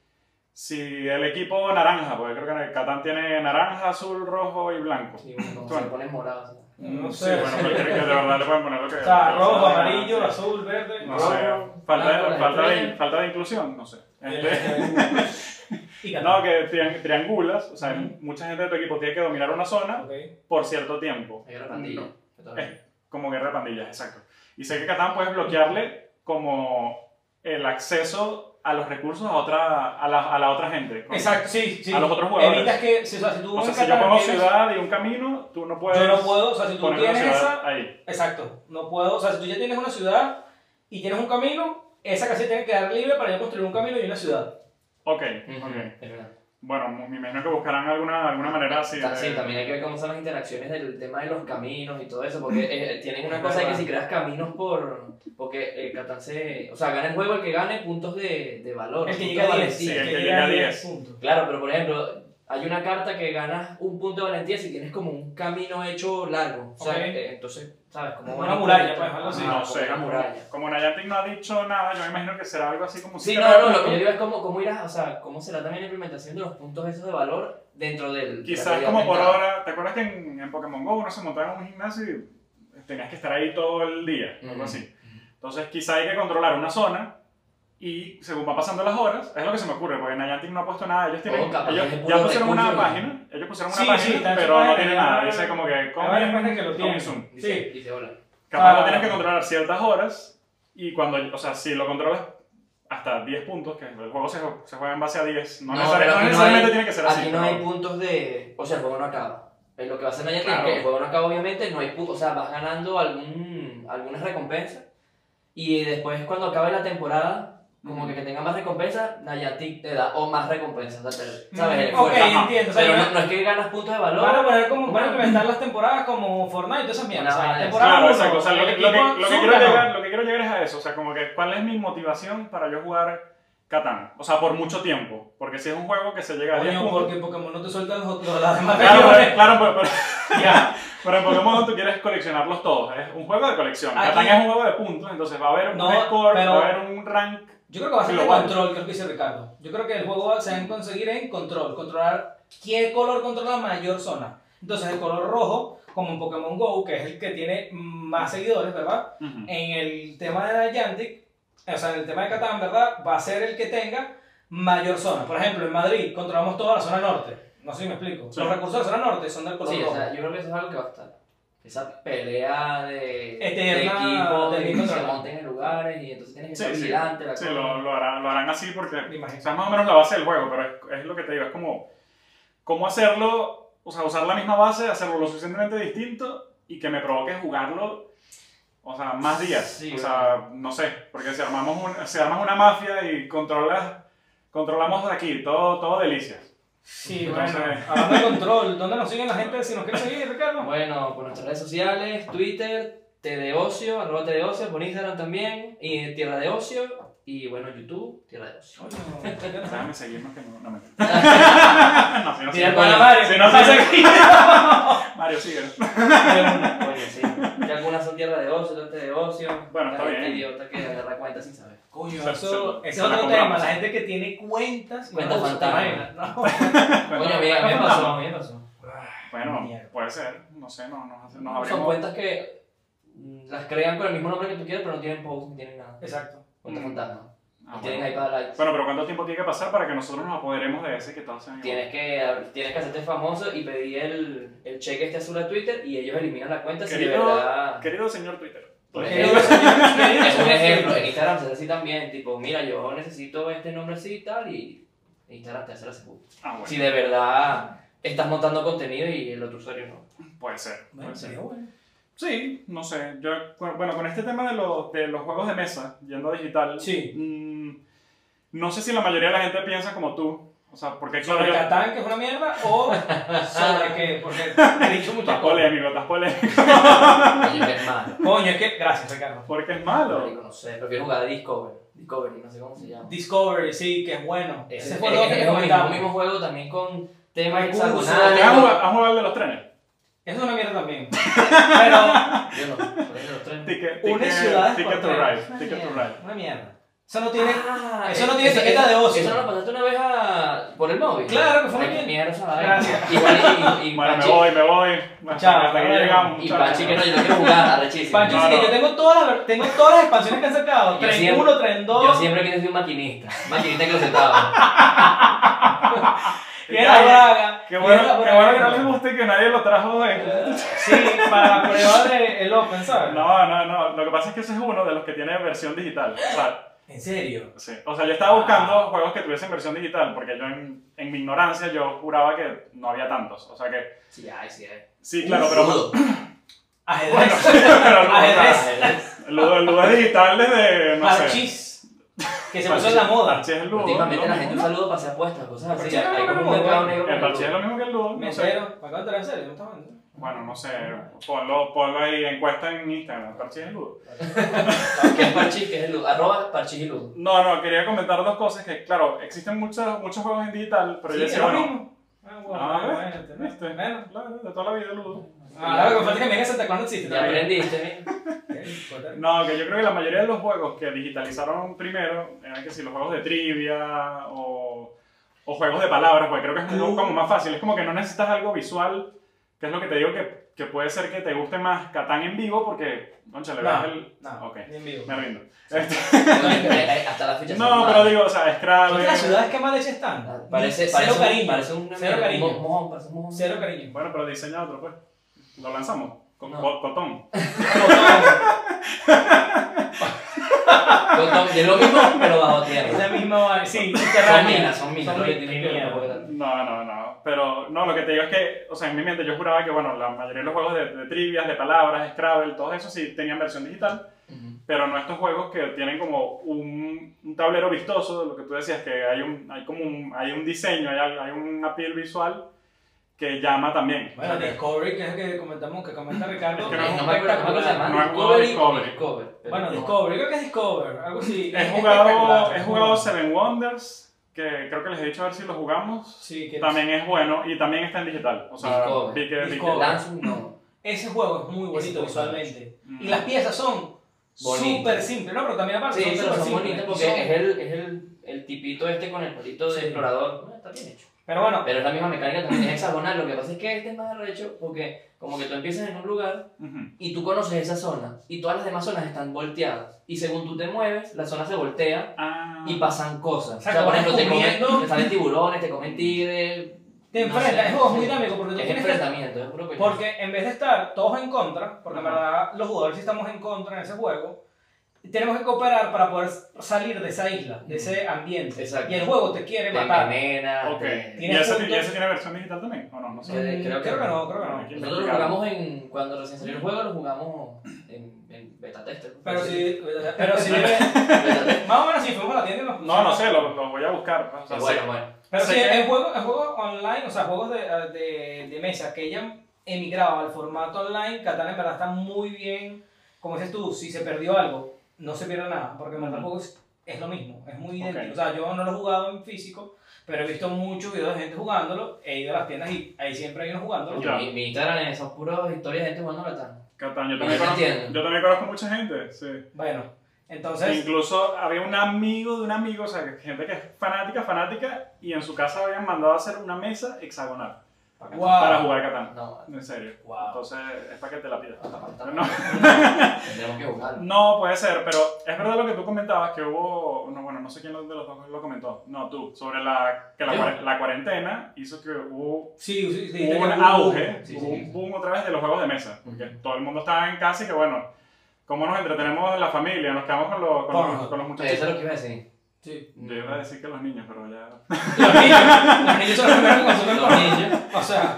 [SPEAKER 3] si el equipo naranja, porque creo que Catán tiene naranja, azul, rojo y blanco.
[SPEAKER 1] Y bueno, como
[SPEAKER 3] Bueno.
[SPEAKER 1] se le ponen morados. ¿no?
[SPEAKER 4] No
[SPEAKER 3] Sí,
[SPEAKER 4] sé.
[SPEAKER 3] bueno, cualquiera que de verdad le pueden poner lo que...
[SPEAKER 4] O sea,
[SPEAKER 3] lo que
[SPEAKER 4] rojo,
[SPEAKER 3] sea.
[SPEAKER 4] amarillo, azul, verde.
[SPEAKER 3] No
[SPEAKER 1] rojo,
[SPEAKER 3] sé, falta, de,
[SPEAKER 1] blanco,
[SPEAKER 3] falta, de,
[SPEAKER 1] estrella.
[SPEAKER 3] falta de inclusión, no sé. Este-
[SPEAKER 4] Y Catán.
[SPEAKER 3] no, que triang- triangulas, o sea, mucha gente de tu equipo tiene que dominar una zona
[SPEAKER 4] Ok.
[SPEAKER 3] por cierto tiempo.
[SPEAKER 1] Hay una pandilla. que todavía-
[SPEAKER 3] Como guerra de pandillas, exacto. Y sé que Catán puedes bloquearle como el acceso a los recursos a, otra, a, la, a la otra gente. Como-
[SPEAKER 4] Exacto, sí, sí.
[SPEAKER 3] A los otros jugadores.
[SPEAKER 4] Evitas que, si, o sea, si tú
[SPEAKER 3] O sea,
[SPEAKER 4] en
[SPEAKER 3] si yo
[SPEAKER 4] Catán
[SPEAKER 3] pongo
[SPEAKER 4] tienes-
[SPEAKER 3] ciudad y un camino, tú no puedes
[SPEAKER 4] yo no puedo, o sea, si tú
[SPEAKER 3] poner una
[SPEAKER 4] tienes
[SPEAKER 3] ciudad
[SPEAKER 4] esa,
[SPEAKER 3] ahí.
[SPEAKER 4] exacto, no puedo, o sea, si tú ya tienes una ciudad y tienes un camino, esa casilla tiene que quedar libre para yo construir un camino y una ciudad.
[SPEAKER 3] Ok,
[SPEAKER 1] Ujú,
[SPEAKER 3] ok.
[SPEAKER 1] es verdad.
[SPEAKER 3] Bueno, me imagino que buscarán alguna, alguna manera así.
[SPEAKER 1] Ta-
[SPEAKER 3] de-
[SPEAKER 1] Sí, también hay que ver cómo son las interacciones del tema de los caminos y todo eso, porque eh, tienen una
[SPEAKER 4] Es
[SPEAKER 1] cosa de que
[SPEAKER 4] verdad.
[SPEAKER 1] si creas caminos por... Porque el Catán se... O sea, gana el juego el que gane puntos de, de valor.
[SPEAKER 4] El que
[SPEAKER 1] puntos
[SPEAKER 4] llega a
[SPEAKER 1] de
[SPEAKER 4] 10,
[SPEAKER 1] valentía.
[SPEAKER 3] sí, el que llega a 10.
[SPEAKER 4] puntos.
[SPEAKER 1] Claro, pero por ejemplo, hay una carta que ganas un punto de valentía si tienes como un camino hecho largo. O sea,
[SPEAKER 4] Ok.
[SPEAKER 1] eh, entonces, ¿sabes? Como
[SPEAKER 4] Como
[SPEAKER 1] van
[SPEAKER 4] una
[SPEAKER 1] y
[SPEAKER 4] muralla,
[SPEAKER 1] cuentan.
[SPEAKER 4] pues, algo así.
[SPEAKER 1] Ajá,
[SPEAKER 3] no
[SPEAKER 1] como
[SPEAKER 3] sé.
[SPEAKER 1] una muralla.
[SPEAKER 3] Como, como Niantic no ha dicho nada, yo me imagino que será algo así como...
[SPEAKER 1] Sí,
[SPEAKER 3] que
[SPEAKER 1] no,
[SPEAKER 3] para-
[SPEAKER 1] no, lo que yo digo es cómo, cómo irás, o sea, cómo será también la implementación de los puntos esos de valor dentro del... la
[SPEAKER 3] Quizás
[SPEAKER 1] realidad
[SPEAKER 3] como por
[SPEAKER 1] aumentada.
[SPEAKER 3] ahora, ¿te acuerdas que en, en Pokémon GO uno se montaba en un gimnasio y eh, tenías que estar ahí todo el día? Algo
[SPEAKER 1] Ujú.
[SPEAKER 3] así. Entonces quizás hay que controlar una zona y según va pasando las horas, es lo que se me ocurre, porque Niantic no ha puesto nada, ellos tienen,
[SPEAKER 1] Oh, capaz
[SPEAKER 3] ellos
[SPEAKER 1] que es
[SPEAKER 3] ya
[SPEAKER 1] puro
[SPEAKER 3] pusieron una
[SPEAKER 1] recurso.
[SPEAKER 3] página, ellos pusieron una
[SPEAKER 4] Sí, sí, está
[SPEAKER 3] página,
[SPEAKER 4] en su
[SPEAKER 3] pero no
[SPEAKER 4] página,
[SPEAKER 3] tiene
[SPEAKER 4] ya.
[SPEAKER 3] nada, dice como que
[SPEAKER 4] Hay varias páginas que lo
[SPEAKER 3] come y
[SPEAKER 4] tienen.
[SPEAKER 3] zoom.
[SPEAKER 1] Dice,
[SPEAKER 4] Sí.
[SPEAKER 1] dice hola.
[SPEAKER 3] Capaz lo
[SPEAKER 4] Ah.
[SPEAKER 3] tienes que controlar ciertas horas y cuando, o sea, si lo controlas hasta 10 puntos, que el juego se, se juega en base a 10, no, necesari-
[SPEAKER 1] pero
[SPEAKER 3] no
[SPEAKER 1] aquí no
[SPEAKER 3] necesariamente
[SPEAKER 1] hay-
[SPEAKER 3] tiene que ser
[SPEAKER 1] aquí
[SPEAKER 3] así.
[SPEAKER 1] no
[SPEAKER 3] pero-
[SPEAKER 1] hay puntos de. O sea, el juego no acaba. Eh, Lo que va a hacer Nayati
[SPEAKER 3] Claro.
[SPEAKER 1] es que el juego no acaba, obviamente, no hay puntos. O sea, vas ganando algún, algunas recompensas. Y después, cuando acabe la temporada, como que, que tenga más recompensas, Nayati te da o más recompensas. o sea, te- ¿Sabes? El
[SPEAKER 4] Mm, ok,
[SPEAKER 1] esfuerzo. Eh, pues, Ajá.
[SPEAKER 4] entiendo. O sea,
[SPEAKER 1] Pero
[SPEAKER 4] yo-
[SPEAKER 1] no, no es que ganas puntos de valor.
[SPEAKER 4] Van a poner como, van a
[SPEAKER 1] Bueno.
[SPEAKER 4] implementar las temporadas como Fortnite, todas esas
[SPEAKER 1] Una
[SPEAKER 4] mierdas. O sea,
[SPEAKER 1] vaina.
[SPEAKER 4] temporada
[SPEAKER 3] Claro,
[SPEAKER 4] uno,
[SPEAKER 3] exacto. O sea, lo
[SPEAKER 4] el
[SPEAKER 3] que, lo, que,
[SPEAKER 4] equipo
[SPEAKER 3] lo que
[SPEAKER 4] sur
[SPEAKER 3] quiero
[SPEAKER 4] ganó.
[SPEAKER 3] llegar, lo que quiero llegar es a eso. O sea, como que cuál es mi motivación para yo jugar Catán. O sea, por mucho tiempo. Porque si es un juego que se llega a 10
[SPEAKER 4] Coño,
[SPEAKER 3] puntos.
[SPEAKER 4] porque Pokémon no te sueltan los otros, las demás
[SPEAKER 3] Claro,
[SPEAKER 4] regiones.
[SPEAKER 3] pero, claro, pero, pero-
[SPEAKER 4] Ya.
[SPEAKER 3] pero en Pokémon tú quieres coleccionarlos todos. Es un juego de colección.
[SPEAKER 4] Aquí-
[SPEAKER 3] Catán es un juego de puntos, entonces va a haber un
[SPEAKER 4] No,
[SPEAKER 3] score,
[SPEAKER 4] pero-
[SPEAKER 3] va a haber un rank.
[SPEAKER 4] Yo creo que va a ser de
[SPEAKER 3] Global.
[SPEAKER 4] control, que es lo que dice Ricardo. Yo creo que el juego va- se va a conseguir en control, controlar qué color controla la mayor zona. Entonces el color rojo, como en Pokémon GO, que es el que tiene más seguidores, ¿verdad? en el tema de Niantic, o sea, en el tema de Catán, ¿verdad? Va a ser el que tenga mayor zona. Por ejemplo, en Madrid controlamos toda la zona norte. No sé si me explico.
[SPEAKER 3] Sí.
[SPEAKER 4] Los recursos de la zona norte son del color
[SPEAKER 1] Sí, o
[SPEAKER 4] rojo.
[SPEAKER 1] sea, yo creo que eso es algo que va a estar. Esa pelea de, de
[SPEAKER 4] Eterna
[SPEAKER 1] equipo,
[SPEAKER 4] del
[SPEAKER 1] de que
[SPEAKER 4] equipo
[SPEAKER 1] se
[SPEAKER 4] contra-
[SPEAKER 1] monten en lugares y entonces tienes que
[SPEAKER 3] Sí,
[SPEAKER 1] ser
[SPEAKER 3] sí.
[SPEAKER 1] vigilante. la
[SPEAKER 3] Sí,
[SPEAKER 1] cosa.
[SPEAKER 3] lo, lo harán, lo harán así porque
[SPEAKER 4] Me
[SPEAKER 3] O
[SPEAKER 4] imagino.
[SPEAKER 3] sea, es más o menos la base del juego, pero es, es lo que te digo, es como cómo hacerlo, o sea, usar la misma base, hacerlo lo suficientemente distinto y que me provoque jugarlo, o sea, más días.
[SPEAKER 1] Sí,
[SPEAKER 3] o sea, no sé, porque si armamos un, si armas una mafia y controlas, controlamos de aquí, todo, todo delicias.
[SPEAKER 4] Sí,
[SPEAKER 3] Entonces-
[SPEAKER 4] bueno. Hablando de control, ¿dónde nos siguen la gente si nos quiere seguir, Ricardo?
[SPEAKER 1] Bueno, por nuestras redes sociales, Twitter, T de Ocio, arroba T de Ocio, por Instagram también, y Tierra de Ocio, y bueno, YouTube, Tierra de Ocio.
[SPEAKER 3] Déjame seguir más que no. No me. no, si
[SPEAKER 1] Mira,
[SPEAKER 3] no sigue.
[SPEAKER 1] para Mario.
[SPEAKER 3] Si no sigue. Mario sigue.
[SPEAKER 1] Oye, sí. Y algunas son Tierra de Ocio, Tierra de Ocio.
[SPEAKER 3] Bueno, está
[SPEAKER 1] Hay
[SPEAKER 3] bien.
[SPEAKER 1] gente idiota que agarra cuenta sin saber.
[SPEAKER 4] Coño,
[SPEAKER 3] Se-
[SPEAKER 4] eso,
[SPEAKER 3] se-
[SPEAKER 4] ese
[SPEAKER 3] se
[SPEAKER 4] es
[SPEAKER 3] la
[SPEAKER 4] otro tema.
[SPEAKER 3] compramos.
[SPEAKER 4] La gente que tiene cuentas.
[SPEAKER 1] Cuentas
[SPEAKER 4] no usa esta
[SPEAKER 1] fantasma.
[SPEAKER 4] vaina, No,
[SPEAKER 1] Coño, amiga, me pasó.
[SPEAKER 4] a mí me pasó.
[SPEAKER 3] Bueno,
[SPEAKER 4] Mierda.
[SPEAKER 3] puede ser. No sé, no, nos, hace- nos
[SPEAKER 1] Son
[SPEAKER 3] abrimos.
[SPEAKER 1] cuentas que mm, las crean con el mismo nombre que tú quieres, pero no tienen post, no tienen nada.
[SPEAKER 4] Exacto.
[SPEAKER 1] Cuentas
[SPEAKER 3] Mm.
[SPEAKER 1] fantasma.
[SPEAKER 3] Ah,
[SPEAKER 1] No
[SPEAKER 3] bueno.
[SPEAKER 1] tienen iPad Lights.
[SPEAKER 3] Bueno, pero ¿cuánto tiempo tiene que pasar para que nosotros nos apoderemos de ese que todos sean iguales?
[SPEAKER 1] Tienes que, tienes que hacerte famoso y pedir el, el cheque este azul a Twitter y ellos eliminan la cuenta si de
[SPEAKER 3] Querido-
[SPEAKER 1] verdad...
[SPEAKER 3] Querido señor Twitter.
[SPEAKER 1] Porque- Es un ejemplo, en Instagram se hace así también, tipo, mira, yo necesito este nombre así y tal, y Instagram te hace la segunda.
[SPEAKER 3] Ah, bueno.
[SPEAKER 1] Si de verdad estás montando contenido y el otro usuario no.
[SPEAKER 3] Puede ser.
[SPEAKER 4] Bueno,
[SPEAKER 3] Puede ser.
[SPEAKER 4] sería bueno.
[SPEAKER 3] Sí, no sé. Yo, cu- bueno, con este tema de, los de los juegos de mesa, yendo a digital,
[SPEAKER 4] Sí.
[SPEAKER 3] mm, no sé si la mayoría de la gente piensa como tú. O sea, porque claro,
[SPEAKER 4] Sobre
[SPEAKER 3] yo-
[SPEAKER 4] Catán, que es una mierda, o sobre qué, porque he dicho muchas cosas.
[SPEAKER 3] estás Ah, polémico, estás polémico.
[SPEAKER 1] Oye, que es malo.
[SPEAKER 4] Coño, es que, gracias Ricardo.
[SPEAKER 3] Porque es malo.
[SPEAKER 1] Marico, No sé, prefiero jugar a Discovery. Discovery, no sé cómo se llama.
[SPEAKER 4] Discovery, sí, que es bueno.
[SPEAKER 1] Ese
[SPEAKER 4] Ese
[SPEAKER 1] es,
[SPEAKER 4] fue lo
[SPEAKER 1] es
[SPEAKER 4] que
[SPEAKER 1] el mismo,
[SPEAKER 4] comentamos.
[SPEAKER 1] mismo juego también con temas
[SPEAKER 4] Recursos,
[SPEAKER 1] hexagonales.
[SPEAKER 3] ¿Has
[SPEAKER 1] con-
[SPEAKER 3] jugado- has jugado el de los trenes?
[SPEAKER 4] Eso es una mierda también. Pero,
[SPEAKER 1] Yo no, por eso los tres.
[SPEAKER 3] Ticket,
[SPEAKER 4] une
[SPEAKER 3] ticket-
[SPEAKER 4] ciudades por
[SPEAKER 3] ticket to
[SPEAKER 4] trenes.
[SPEAKER 3] ride. Ticket to
[SPEAKER 4] Una mierda,
[SPEAKER 3] ride.
[SPEAKER 4] Una mierda. Eso no tiene...
[SPEAKER 1] Ah,
[SPEAKER 4] eso no
[SPEAKER 1] eh,
[SPEAKER 4] tiene etiqueta de ocio.
[SPEAKER 1] Eso no lo pasaste una vez a, por el móvil.
[SPEAKER 4] Claro que fue
[SPEAKER 1] Ay,
[SPEAKER 4] muy
[SPEAKER 1] qué
[SPEAKER 4] bien.
[SPEAKER 1] mierda esa vaina.
[SPEAKER 4] Gracias.
[SPEAKER 1] Igual y, y, y
[SPEAKER 3] Bueno, me
[SPEAKER 1] Pachi-
[SPEAKER 3] voy, me voy. Bueno,
[SPEAKER 4] Chao,
[SPEAKER 3] hasta aquí
[SPEAKER 4] bueno.
[SPEAKER 3] llegamos.
[SPEAKER 1] Y
[SPEAKER 3] muchachos.
[SPEAKER 1] Pachi que no, yo no quiero jugar, arrechísimo.
[SPEAKER 4] Pancho,
[SPEAKER 3] No,
[SPEAKER 4] sí,
[SPEAKER 3] no.
[SPEAKER 4] yo tengo todas, las, tengo todas las expansiones que han sacado.
[SPEAKER 1] Yo
[SPEAKER 4] Tren
[SPEAKER 1] siempre-
[SPEAKER 4] 1, Tren
[SPEAKER 1] Yo
[SPEAKER 4] 2.
[SPEAKER 1] siempre quise ser un maquinista, maquinista que lo sentaba.
[SPEAKER 4] Y la braga.
[SPEAKER 3] Qué
[SPEAKER 4] y
[SPEAKER 3] bueno,
[SPEAKER 4] era la
[SPEAKER 3] qué bueno que no
[SPEAKER 4] braga.
[SPEAKER 3] les guste que nadie lo trajo de...
[SPEAKER 4] Sí, para probar el, el Open, ¿sabes?
[SPEAKER 3] No, no, no. Lo que pasa es que ese es uno de los que tiene versión digital. O sea,
[SPEAKER 4] ¿En serio?
[SPEAKER 3] sí. O sea, yo estaba buscando
[SPEAKER 4] Ah.
[SPEAKER 3] juegos que tuviesen versión digital, porque yo en, en mi ignorancia yo juraba que no había tantos. O sea que...
[SPEAKER 1] Sí, ay, sí, ay.
[SPEAKER 3] Sí, claro, pero...
[SPEAKER 4] Ajedrez.
[SPEAKER 3] pero no, o sea,
[SPEAKER 4] Ajedrez.
[SPEAKER 1] Ajedrez.
[SPEAKER 3] Ludo, Ludo es digital desde, no sé...
[SPEAKER 4] Parchís. Que se puso en la moda.
[SPEAKER 3] Parchís es Ludo.
[SPEAKER 1] Últimamente
[SPEAKER 3] ¿no?
[SPEAKER 1] la gente usa saludo para hacer apuestas, cosas así.
[SPEAKER 4] Parchís no
[SPEAKER 1] Hay
[SPEAKER 4] me
[SPEAKER 1] como un
[SPEAKER 4] preocupa.
[SPEAKER 1] mercado negro. con
[SPEAKER 3] El
[SPEAKER 1] el
[SPEAKER 3] parchís es
[SPEAKER 1] Ludo.
[SPEAKER 3] lo mismo que el Ludo. No sé.
[SPEAKER 4] Mentero. ¿Para acá te en serio? ¿No estás hablando?
[SPEAKER 3] Bueno, no sé. Ponlo, ponlo ahí encuesta en Instagram. Parchís es Ludo.
[SPEAKER 1] ¿Qué es parchís? ¿Qué es el Ludo? Arroba parchís y Ludo.
[SPEAKER 3] No, no, quería comentar dos cosas que, claro, existen muchos, muchos juegos en digital, pero yo
[SPEAKER 4] Sí,
[SPEAKER 3] decía,
[SPEAKER 4] es lo
[SPEAKER 3] bueno,
[SPEAKER 4] mismo. Ah, bueno,
[SPEAKER 3] ah,
[SPEAKER 4] bueno, bueno,
[SPEAKER 3] ¿viste?
[SPEAKER 4] bueno.
[SPEAKER 3] Claro, de toda la vida, Ludo.
[SPEAKER 4] Ah, lo que falta es que me diga Santa Claus no existe.
[SPEAKER 1] Ya
[SPEAKER 4] también.
[SPEAKER 1] aprendiste, ¿eh?
[SPEAKER 3] No, que yo creo que la mayoría de los juegos que digitalizaron primero eran que si los juegos de trivia o, o juegos de palabras, porque creo que es como, como más fácil, es como que no necesitas algo visual, que es lo que te digo que, que puede ser que te guste más Catán en vivo, porque, concha, le ves
[SPEAKER 4] No,
[SPEAKER 3] el...
[SPEAKER 4] No,
[SPEAKER 3] Ok.
[SPEAKER 4] ni en vivo.
[SPEAKER 3] Me rindo. Este,
[SPEAKER 1] Hasta la fecha.
[SPEAKER 3] no, pero digo, o sea,
[SPEAKER 4] ¿Por qué las
[SPEAKER 3] Scrabble...
[SPEAKER 4] ciudades que más leche están?
[SPEAKER 1] Ah, Parece,
[SPEAKER 4] Cero
[SPEAKER 1] parece, un,
[SPEAKER 4] cariño.
[SPEAKER 1] parece un
[SPEAKER 4] Cero cariño.
[SPEAKER 1] mo- mojón, parece un mojón.
[SPEAKER 4] Cero cariño.
[SPEAKER 3] Bueno, pero diseña otro, pues. Lo lanzamos. Con,
[SPEAKER 1] No.
[SPEAKER 3] co- Cotón.
[SPEAKER 1] Con- con- de Ah, lo mismo, pero bajo
[SPEAKER 4] Es
[SPEAKER 1] tierra.
[SPEAKER 4] la misma vaina. Sí,
[SPEAKER 1] Son
[SPEAKER 4] subterránea.
[SPEAKER 1] minas, son minas. lo que tienes que
[SPEAKER 4] mierda.
[SPEAKER 1] recordar.
[SPEAKER 3] No, no, no. Pero no, lo que te digo es que, o sea, en mi mente yo juraba que, bueno, la mayoría de los juegos de, de trivias, de palabras, Scrabble, todos esos sí tenían versión digital,
[SPEAKER 1] Ujú.
[SPEAKER 3] pero no estos juegos que tienen como un, un tablero vistoso, lo que tú decías, que hay, un, hay como un, hay un diseño, hay, al- hay un appeal visual que llama también.
[SPEAKER 4] Bueno,
[SPEAKER 3] O sea, que-
[SPEAKER 4] Discovery, que es el que comentamos, que comenta Ricardo.
[SPEAKER 3] Es
[SPEAKER 1] Eh,
[SPEAKER 3] que
[SPEAKER 1] No
[SPEAKER 4] es
[SPEAKER 1] me acuerdo cómo se llama.
[SPEAKER 4] espectacular.
[SPEAKER 3] No es
[SPEAKER 1] Discovery.
[SPEAKER 3] Discovery.
[SPEAKER 1] o Discover, pero-
[SPEAKER 4] Bueno, Discovery, creo que es Discover, algo así.
[SPEAKER 3] he
[SPEAKER 4] Es
[SPEAKER 3] jugado,
[SPEAKER 4] espectacular.
[SPEAKER 3] he jugado Seven Wonders, que creo que les he dicho a ver si lo jugamos.
[SPEAKER 4] Sí, que
[SPEAKER 3] También es bueno y también está en digital. O sea,
[SPEAKER 1] Discover.
[SPEAKER 3] vi que- vi que-
[SPEAKER 4] Discover.
[SPEAKER 1] Lanza un no.
[SPEAKER 4] ese juego es muy bonito
[SPEAKER 1] juego es
[SPEAKER 4] visualmente.
[SPEAKER 3] Mm.
[SPEAKER 4] Y las piezas son
[SPEAKER 1] Bonito.
[SPEAKER 4] súper simples, ¿no? Pero también aparte
[SPEAKER 1] Sí,
[SPEAKER 4] son
[SPEAKER 1] pero
[SPEAKER 4] súper
[SPEAKER 1] son bonitas
[SPEAKER 4] simples.
[SPEAKER 1] porque
[SPEAKER 4] Son-
[SPEAKER 1] es, el, es el, el tipito este con el palito de
[SPEAKER 4] Sí.
[SPEAKER 1] explorador. Bueno, está bien hecho.
[SPEAKER 4] Pero bueno,
[SPEAKER 1] Pero es la misma mecánica también, es hexagonal. Lo que pasa es que este es más arrecho porque como que tú empiezas en un lugar
[SPEAKER 3] Ujú.
[SPEAKER 1] y tú conoces esa zona y todas las demás zonas están volteadas. Y según tú te mueves, la zona se voltea
[SPEAKER 3] Ah.
[SPEAKER 1] y pasan cosas. O
[SPEAKER 4] Exacto,
[SPEAKER 1] sea, por
[SPEAKER 4] vas
[SPEAKER 1] ejemplo, te comen,
[SPEAKER 4] descubriendo.
[SPEAKER 1] te salen tiburones, te comen tigres.
[SPEAKER 4] te
[SPEAKER 1] no sé,
[SPEAKER 4] enfrentas, es un juego muy
[SPEAKER 1] sí.
[SPEAKER 4] dinámico porque tú
[SPEAKER 1] Es
[SPEAKER 4] tienes que
[SPEAKER 1] enfrentamiento, es puro coñazo.
[SPEAKER 4] Porque en vez de estar todos en contra, porque en
[SPEAKER 3] Ajá.
[SPEAKER 4] verdad los jugadores sí estamos en contra en ese juego, tenemos que cooperar para poder salir de esa isla, de ese ambiente.
[SPEAKER 1] Exacto.
[SPEAKER 4] Y el juego te quiere
[SPEAKER 1] te
[SPEAKER 4] matar.
[SPEAKER 1] envenenas,
[SPEAKER 3] Ah, Ok.
[SPEAKER 1] te-
[SPEAKER 3] ¿Y
[SPEAKER 4] ¿Tienes
[SPEAKER 3] ese,
[SPEAKER 4] puntos?
[SPEAKER 3] ¿Y ese tiene versión digital también? ¿O no? No sé.
[SPEAKER 1] Creo que-
[SPEAKER 4] Mm, creo, que no, creo que no.
[SPEAKER 1] Nosotros lo jugamos en. Cuando recién salió el juego, lo jugamos en, en beta tester.
[SPEAKER 4] Pero
[SPEAKER 1] Sí.
[SPEAKER 4] si, pero si
[SPEAKER 1] Beta tester.
[SPEAKER 4] más o menos si fuimos a la tienda y nos
[SPEAKER 3] No, no sé, lo, lo voy a buscar. pues, o sea,
[SPEAKER 1] Pero bueno, bueno.
[SPEAKER 4] Pero
[SPEAKER 3] Sé
[SPEAKER 4] sí,
[SPEAKER 3] que-
[SPEAKER 4] es juego, es juego online, o sea, juegos de, de, de mesa que hayan emigrado al formato online, Catán en verdad está muy bien. Como dices tú, si se perdió algo, no se pierde nada, porque en verdad el
[SPEAKER 3] Ujú.
[SPEAKER 4] juego es es lo mismo, es muy
[SPEAKER 3] Ok.
[SPEAKER 4] idéntico. O sea, yo no lo he jugado en físico, pero he visto muchos videos de gente jugándolo, he ido a las tiendas y ahí siempre hay uno jugándolo.
[SPEAKER 3] Ya.
[SPEAKER 1] Mi, mi Instagram son puros historias de gente jugando al Catán.
[SPEAKER 3] Catán, yo
[SPEAKER 1] Yo
[SPEAKER 3] también,
[SPEAKER 1] te
[SPEAKER 3] conozco,
[SPEAKER 1] entiendo.
[SPEAKER 3] yo también conozco mucha gente, sí.
[SPEAKER 4] Bueno, entonces,
[SPEAKER 3] Incluso había un amigo de un amigo, o sea, gente que es fanática, fanática, y en su casa habían mandado a hacer una mesa hexagonal
[SPEAKER 4] wow,
[SPEAKER 3] para jugar Catán.
[SPEAKER 1] No,
[SPEAKER 3] En serio.
[SPEAKER 4] wow.
[SPEAKER 3] Entonces, es para que te la pidas.
[SPEAKER 1] no.
[SPEAKER 3] No,
[SPEAKER 1] Tendremos que jugarlo.
[SPEAKER 3] no, puede ser, pero es verdad lo que tú comentabas, que hubo, no, bueno, no sé quién de los dos lo comentó, no, tú, sobre la, que la,
[SPEAKER 1] Yo.
[SPEAKER 3] cuare- la cuarentena hizo que hubo,
[SPEAKER 4] Sí, sí, sí.
[SPEAKER 3] hubo un
[SPEAKER 4] tenía un-
[SPEAKER 3] auge,
[SPEAKER 1] sí,
[SPEAKER 3] hubo
[SPEAKER 1] sí, sí.
[SPEAKER 3] un boom otra vez de los juegos de mesa, porque
[SPEAKER 1] Ujú.
[SPEAKER 3] todo el mundo estaba en casa y que, bueno, ¿cómo nos entretenemos en la familia? Nos quedamos con los, con los,
[SPEAKER 4] Porno.
[SPEAKER 3] con los
[SPEAKER 1] Eso es
[SPEAKER 3] muchachos.
[SPEAKER 1] lo que iba a decir.
[SPEAKER 4] Sí.
[SPEAKER 3] Yo iba a decir que los niños, pero ya...
[SPEAKER 4] Los niños, los niños son los primeros que consumen
[SPEAKER 1] Los
[SPEAKER 4] porno.
[SPEAKER 1] niños.
[SPEAKER 4] O sea,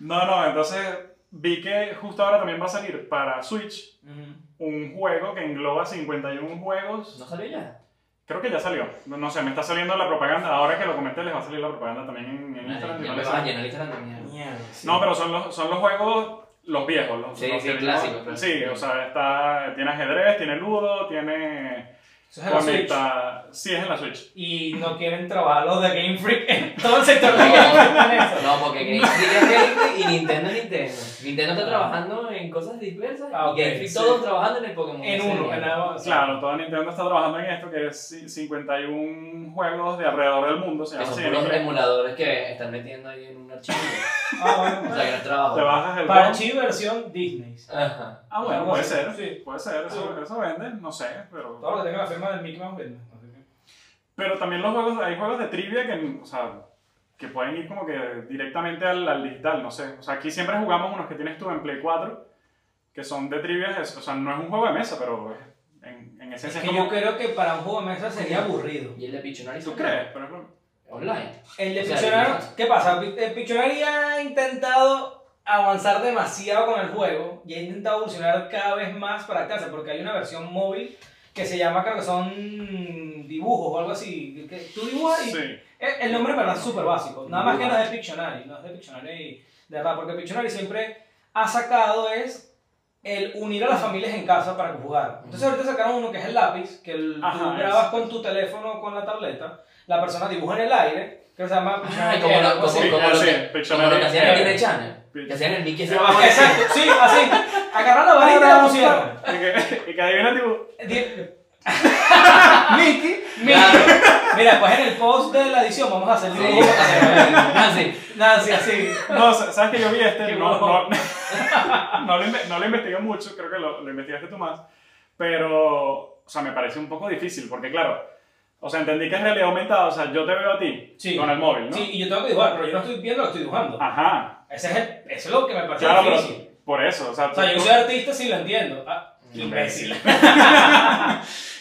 [SPEAKER 3] No, no, entonces vi que justo ahora también va a salir para Switch
[SPEAKER 4] mm.
[SPEAKER 3] un juego que engloba 51 juegos.
[SPEAKER 1] ¿No salió ya?
[SPEAKER 3] Creo que ya salió. No, no sé, me está saliendo la propaganda. Ahora que lo comenté, les va a salir la propaganda también en, en Instagram.
[SPEAKER 1] Ay,
[SPEAKER 3] y
[SPEAKER 1] Ya me
[SPEAKER 3] no les
[SPEAKER 1] vas a
[SPEAKER 3] sale.
[SPEAKER 1] llenar el Instagram de mierda.
[SPEAKER 4] mierda, sí.
[SPEAKER 3] No, pero son los, son los juegos los viejos. Los,
[SPEAKER 1] Sí,
[SPEAKER 3] los
[SPEAKER 1] sí,
[SPEAKER 3] que-
[SPEAKER 1] clásicos, pues.
[SPEAKER 3] Sí, o sea, está, tiene ajedrez, tiene ludo, tiene...
[SPEAKER 4] Eso es en la Switch.
[SPEAKER 3] conecta- Sí, es en la Switch.
[SPEAKER 4] Y no quieren trabajar los de Game Freak en todo el sector de
[SPEAKER 1] No.
[SPEAKER 4] Game Freak.
[SPEAKER 1] No, porque Game Freak es Game Freak y Nintendo es Nintendo. Nintendo está trabajando en cosas diversas
[SPEAKER 4] Ah, ok,
[SPEAKER 1] y Game Freak
[SPEAKER 4] sí.
[SPEAKER 1] todos trabajando en el Pokémon.
[SPEAKER 4] En uno, en nada más.
[SPEAKER 3] Claro, toda Nintendo está trabajando en esto, que es ci- 51 juegos de alrededor del mundo. Se
[SPEAKER 1] Que
[SPEAKER 3] llama
[SPEAKER 1] son
[SPEAKER 3] así,
[SPEAKER 1] puros
[SPEAKER 3] ¿no?
[SPEAKER 1] emuladores que están metiendo ahí en un archivo.
[SPEAKER 4] Ah, bueno,
[SPEAKER 1] O
[SPEAKER 4] pues.
[SPEAKER 1] sea, que no es trabajo.
[SPEAKER 3] Te bajas el...
[SPEAKER 4] Parchi versión Disney.
[SPEAKER 1] Ajá.
[SPEAKER 3] Ah, bueno,
[SPEAKER 4] Algo
[SPEAKER 3] puede
[SPEAKER 4] así,
[SPEAKER 3] ser.
[SPEAKER 4] sí.
[SPEAKER 3] Puede ser, eso, eso vende, no sé, pero...
[SPEAKER 4] Todo lo que tenga la firma del Mickey Mouse vende. no sé qué.
[SPEAKER 3] Pero también los juegos, hay juegos de trivia que, o sea, que pueden ir como que directamente al, al digital, no sé. O sea, aquí siempre jugamos unos que tienes tú en Play 4, que son de trivia, es- o sea, no es un juego de mesa, pero es- en, en
[SPEAKER 4] Es
[SPEAKER 3] esencia es,
[SPEAKER 4] que yo
[SPEAKER 3] como...
[SPEAKER 4] creo que para un juego de mesa sería aburrido.
[SPEAKER 1] ¿Y el de Pictionary?
[SPEAKER 3] ¿Tú
[SPEAKER 1] salió?
[SPEAKER 3] crees? Por ejemplo,
[SPEAKER 1] Online.
[SPEAKER 4] El de
[SPEAKER 1] O sea,
[SPEAKER 4] Pictionary,
[SPEAKER 1] el-
[SPEAKER 4] ¿qué pasa? Pic- El Pictionary ha intentado avanzar demasiado con el juego y ha intentado evolucionar cada vez más para casa, porque hay una versión móvil que se llama, creo que son dibujos o algo así. que tú dibujas y
[SPEAKER 3] sí.
[SPEAKER 4] El, Eh, el nombre en verdad es súper básico, nada más que no es de Pictionary, no es de Pictionary de verdad, porque Pictionary siempre ha sacado es el unir a las familias en casa para jugar. Entonces ahorita sacaron uno que es el lápiz, que el-
[SPEAKER 3] Ajá,
[SPEAKER 4] tú grabas
[SPEAKER 3] es.
[SPEAKER 4] con tu teléfono o con la tableta, la persona dibuja en el aire, que se llama
[SPEAKER 1] Ah,
[SPEAKER 4] Pictionary.
[SPEAKER 1] como
[SPEAKER 4] Air,
[SPEAKER 1] lo,
[SPEAKER 4] algo
[SPEAKER 1] como,
[SPEAKER 4] así.
[SPEAKER 3] sí,
[SPEAKER 1] como
[SPEAKER 3] ya
[SPEAKER 1] lo
[SPEAKER 3] sé,
[SPEAKER 1] que, como lo
[SPEAKER 3] Pictionary.
[SPEAKER 1] que hacían en Disney Channel. Que hacían el Mickey se va a
[SPEAKER 4] Exacto, sí, así. Agarran la varita y la pusieron.
[SPEAKER 3] Y que, y que adivina, tipo,
[SPEAKER 4] Di- Mickey, Mickey.
[SPEAKER 1] Claro.
[SPEAKER 4] Mira, pues en el post de la edición vamos a hacer
[SPEAKER 1] Sí,
[SPEAKER 4] dibujo.
[SPEAKER 1] ah, sí.
[SPEAKER 4] Nada, así, así.
[SPEAKER 3] No, sa- sabes que yo vi este,
[SPEAKER 4] Qué
[SPEAKER 3] no, no,
[SPEAKER 4] bobo.
[SPEAKER 3] no lo, inve- no lo investigué mucho, creo que lo, lo investigaste tú más, pero, o sea, me parece un poco difícil, porque claro, o sea, entendí que es realidad aumentada, o sea, yo te veo a ti
[SPEAKER 4] Sí.
[SPEAKER 3] con el móvil, ¿no?
[SPEAKER 4] Sí, y yo tengo que dibujar, pero yo no estoy viendo, lo estoy dibujando.
[SPEAKER 3] Ajá,
[SPEAKER 4] Ese es el- eso es lo que me parece
[SPEAKER 3] claro,
[SPEAKER 4] difícil.
[SPEAKER 3] pero por eso, o sea,
[SPEAKER 4] O sea,
[SPEAKER 3] tú-
[SPEAKER 4] yo soy artista si lo entiendo. Ah, qué
[SPEAKER 3] Imbécil.
[SPEAKER 4] imbécil.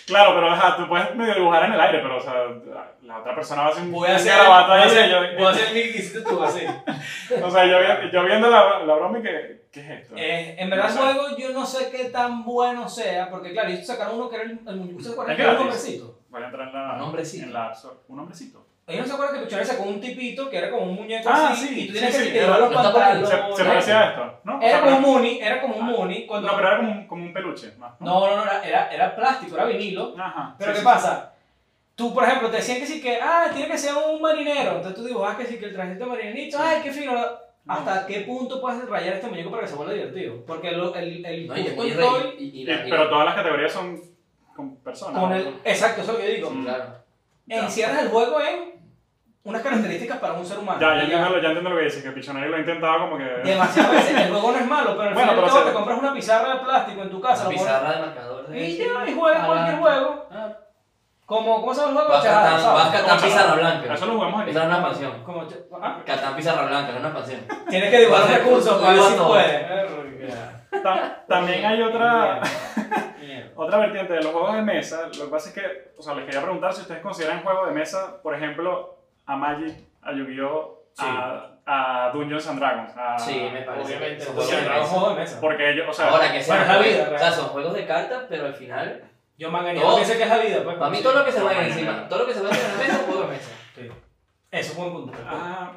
[SPEAKER 3] claro, pero ajá, tú puedes medio dibujar en el aire, pero, o sea, la- la otra persona va a hacer un
[SPEAKER 4] Voy a hacer.
[SPEAKER 3] garabato
[SPEAKER 4] voy a
[SPEAKER 3] ahí,
[SPEAKER 4] hacer-
[SPEAKER 3] yo-
[SPEAKER 4] voy a hacer el que hiciste tú, así.
[SPEAKER 3] o sea, yo, vi- yo viendo la, la broma y que, ¿qué es esto?
[SPEAKER 4] Eh, en verdad, el
[SPEAKER 3] No sé.
[SPEAKER 4] juego yo no sé qué tan bueno sea, porque claro, ellos sacaron uno que era el. el muñeco- ¿Se acuerdan
[SPEAKER 3] Es
[SPEAKER 4] que era un
[SPEAKER 3] gratis.
[SPEAKER 4] hombrecito?
[SPEAKER 3] Voy a entrar en la...
[SPEAKER 1] Un hombrecito.
[SPEAKER 3] En la App Store. ¿Un hombrecito?
[SPEAKER 4] Ellos no se acuerdan que Pictionary sacó un tipito que era como un muñeco
[SPEAKER 3] Ah,
[SPEAKER 4] así,
[SPEAKER 3] sí,
[SPEAKER 4] y tú tienes
[SPEAKER 3] sí,
[SPEAKER 4] que
[SPEAKER 3] sí,
[SPEAKER 4] te
[SPEAKER 3] era-
[SPEAKER 4] los
[SPEAKER 1] no está
[SPEAKER 3] ¿Se,
[SPEAKER 1] parecido.
[SPEAKER 4] pantalones.
[SPEAKER 3] se parecía a esto? ¿no? O sea,
[SPEAKER 4] Era como
[SPEAKER 3] pero-
[SPEAKER 4] un Muni, era como un Muni. Cuando...
[SPEAKER 3] No, pero era como un, como un peluche. Más,
[SPEAKER 4] no, no, no, era- era, era plástico, era vinilo.
[SPEAKER 3] Ajá.
[SPEAKER 4] Pero
[SPEAKER 3] sí,
[SPEAKER 4] ¿qué
[SPEAKER 3] sí,
[SPEAKER 4] pasa? Tú, por ejemplo, te decían que sí que, ah, tiene que ser un marinero. Entonces tú dibujabas que sí que el trajecito marinerito, ay, qué fino. ¿Hasta qué punto puedes rayar este muñeco para que se vuelva divertido? Porque lo- el, el
[SPEAKER 1] No, y
[SPEAKER 4] punto
[SPEAKER 1] después
[SPEAKER 4] control
[SPEAKER 1] y, y,
[SPEAKER 3] sí.
[SPEAKER 1] y la-
[SPEAKER 3] Eh,
[SPEAKER 1] y-
[SPEAKER 3] pero todas las categorías son con personas.
[SPEAKER 4] con
[SPEAKER 3] ¿no?
[SPEAKER 4] el... Exacto, eso es lo que yo digo.
[SPEAKER 1] sí,
[SPEAKER 3] Mm.
[SPEAKER 1] claro.
[SPEAKER 3] Ya.
[SPEAKER 4] Encierras el juego en unas características para un ser humano.
[SPEAKER 3] Ya, ya, entiendo, lo- ya entiendo lo que dices, que Pictionary lo ha intentado como que...
[SPEAKER 4] Demasiadas veces. El juego no es malo, pero al
[SPEAKER 3] Bueno,
[SPEAKER 4] final
[SPEAKER 3] pero
[SPEAKER 4] todo
[SPEAKER 3] se-
[SPEAKER 4] te compras una pizarra de plástico en tu casa.
[SPEAKER 1] Una
[SPEAKER 4] lo pones-
[SPEAKER 1] pizarra de marcador. de-
[SPEAKER 4] Y ya, y juegas cualquier juego.
[SPEAKER 1] Ah,
[SPEAKER 4] Como, ¿cómo se llama el juego?
[SPEAKER 1] Vas
[SPEAKER 4] Chajada,
[SPEAKER 1] Catán-
[SPEAKER 4] ¿sabes?
[SPEAKER 1] vas Catán
[SPEAKER 3] Como
[SPEAKER 1] Pizarra Blanca.
[SPEAKER 3] Eso lo jugamos aquí.
[SPEAKER 1] Esa es una expansión.
[SPEAKER 4] Como ah, ch- ajá.
[SPEAKER 1] Catán Pizarra Blanca, no una expansión.
[SPEAKER 4] Tienes que dibujar los recursos para ver si
[SPEAKER 1] Dibujo.
[SPEAKER 4] puedes.
[SPEAKER 3] Ta- también hay otra,
[SPEAKER 4] Mierda.
[SPEAKER 3] otra vertiente de los juegos de mesa. Lo que pasa es que, o sea, les quería preguntar si ustedes consideran juego de mesa, por ejemplo, a Magic, a Yu-Gi-Oh,
[SPEAKER 1] Sí.
[SPEAKER 3] a, a Dungeons and Dragons. a-
[SPEAKER 1] Sí, me parece.
[SPEAKER 4] Obviamente,
[SPEAKER 1] Son
[SPEAKER 4] porque
[SPEAKER 1] juegos de
[SPEAKER 4] era un
[SPEAKER 1] mesa.
[SPEAKER 4] juego de mesa.
[SPEAKER 3] Porque ellos, o sea...
[SPEAKER 1] Ahora que
[SPEAKER 4] Bueno,
[SPEAKER 1] sea,
[SPEAKER 4] es la
[SPEAKER 1] juego-
[SPEAKER 4] vida,
[SPEAKER 1] o sea,
[SPEAKER 4] ¿verdad?
[SPEAKER 1] son juegos de cartas, pero al final,
[SPEAKER 4] Yo mangané,
[SPEAKER 1] Todo.
[SPEAKER 4] no pienso que es la vida, pues.
[SPEAKER 1] para mí todo lo que se
[SPEAKER 3] No,
[SPEAKER 1] vaya
[SPEAKER 3] mañana.
[SPEAKER 1] encima, todo lo que se vaya en la mesa, juego de mesa.
[SPEAKER 4] Ah, Sí. Eso fue un punto.
[SPEAKER 3] Ah,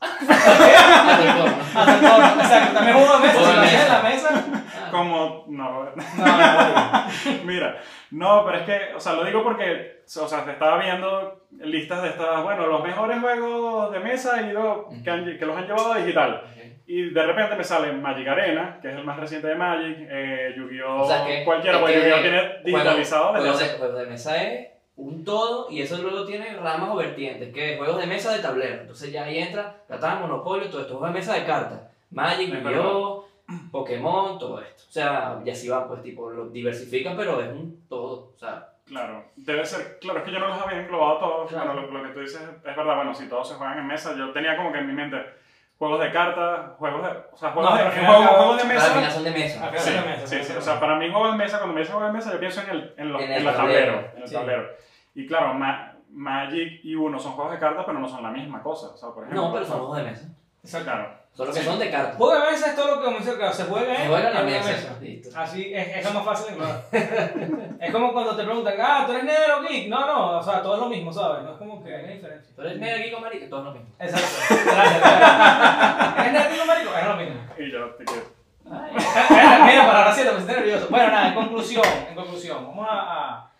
[SPEAKER 1] Hasta el porno.
[SPEAKER 4] Hasta el porno, exacto. También juego de mesa, si lo
[SPEAKER 1] Juego de
[SPEAKER 4] haces en la mesa.
[SPEAKER 3] Como, no, Robert.
[SPEAKER 4] No, no, no.
[SPEAKER 3] Mira, no, pero es que, o sea, lo digo porque, o sea, te estaba viendo listas de estas, bueno, los mejores juegos de mesa y lo- que, han- que los han llevado a digital.
[SPEAKER 1] Ok.
[SPEAKER 3] Y de repente me sale Magic Arena, que es el más reciente de Magic, eh, Yu-Gi-Oh!
[SPEAKER 1] O sea que.
[SPEAKER 3] cualquiera,
[SPEAKER 1] es
[SPEAKER 3] porque
[SPEAKER 1] que
[SPEAKER 3] Yu-Gi-Oh! tiene digitalizado
[SPEAKER 1] juego-
[SPEAKER 3] desde
[SPEAKER 1] juegos
[SPEAKER 3] hace-
[SPEAKER 1] de, juegos de mesa es un todo y eso luego tiene ramas o vertientes, que es juegos de mesa de tablero. Entonces ya ahí entra Catán, Monopolio, todos estos juegos de mesa de cartas. Magic,
[SPEAKER 3] Es
[SPEAKER 1] Yu-Gi-Oh! Pokémon, todo esto. O sea, y así va, pues tipo, lo diversifican, pero es un todo. O sea,
[SPEAKER 3] Claro, debe ser, claro, es que yo no los había englobado todos,
[SPEAKER 1] Claro.
[SPEAKER 3] bueno, lo, lo que tú dices es verdad, bueno, si todos se juegan en mesa, yo tenía como que en mi mente juegos de cartas, juegos de, o sea, juegos,
[SPEAKER 4] No,
[SPEAKER 3] de,
[SPEAKER 4] pero al final
[SPEAKER 3] juegos,
[SPEAKER 4] acabo-
[SPEAKER 3] juegos de
[SPEAKER 1] la
[SPEAKER 3] mesa.
[SPEAKER 1] combinación de mesa.
[SPEAKER 4] Al final-
[SPEAKER 3] Sí,
[SPEAKER 4] Juegos de mesa, juegos
[SPEAKER 3] sí, sí,
[SPEAKER 4] de
[SPEAKER 3] o
[SPEAKER 4] mesa.
[SPEAKER 3] sea, para mí juegos de mesa, cuando me dicen juegos de mesa, yo pienso en el, en los,
[SPEAKER 1] En
[SPEAKER 3] en
[SPEAKER 1] el
[SPEAKER 3] la
[SPEAKER 1] tablero,
[SPEAKER 3] tablero, en el
[SPEAKER 1] sí.
[SPEAKER 3] tablero. Y claro, Ma- Magic y Uno son juegos de cartas, pero no son la misma cosa, o sea, por ejemplo.
[SPEAKER 1] No, pero son juegos de mesa.
[SPEAKER 4] Exacto.
[SPEAKER 3] Claro,
[SPEAKER 1] Solo que
[SPEAKER 3] Sí.
[SPEAKER 1] son de cartas.
[SPEAKER 4] Juego de mesa es todo lo que comienza que se juega en
[SPEAKER 1] Se juegan en la
[SPEAKER 4] en una
[SPEAKER 1] mesa. Listo.
[SPEAKER 4] Así es, es lo más fácil de encontrar. es como cuando te preguntan, ah, tú eres negro, geek. No, no, o sea, todo es lo mismo, ¿sabes? No es como que hay una diferencia.
[SPEAKER 1] Tú eres medio aquí con marica, todos lo mismo.
[SPEAKER 4] Exacto. Gracias. gracias. ¿Eres negro, marico? Es lo mismo.
[SPEAKER 3] y yo te quedo.
[SPEAKER 4] Mira, mira, para ahora sí, me siento nervioso. Bueno, nada, en conclusión, en conclusión, vamos a, a-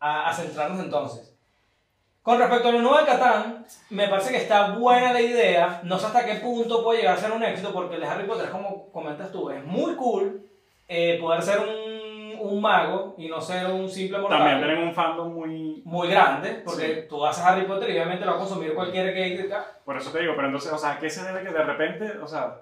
[SPEAKER 4] a- a centrarnos entonces. Con respecto a lo nuevo de Catán, me parece que está buena la idea. No sé hasta qué punto puede llegar a ser un éxito, porque el de Harry Potter, como comentas tú, es muy cool eh, poder ser un, un mago y no ser un simple mortal.
[SPEAKER 3] También tienen un fandom muy,
[SPEAKER 4] Muy grande, porque tú haces Harry Potter y obviamente lo va a consumir cualquier que
[SPEAKER 3] por eso te digo, pero entonces, o sea, ¿a qué se debe que de repente, o sea,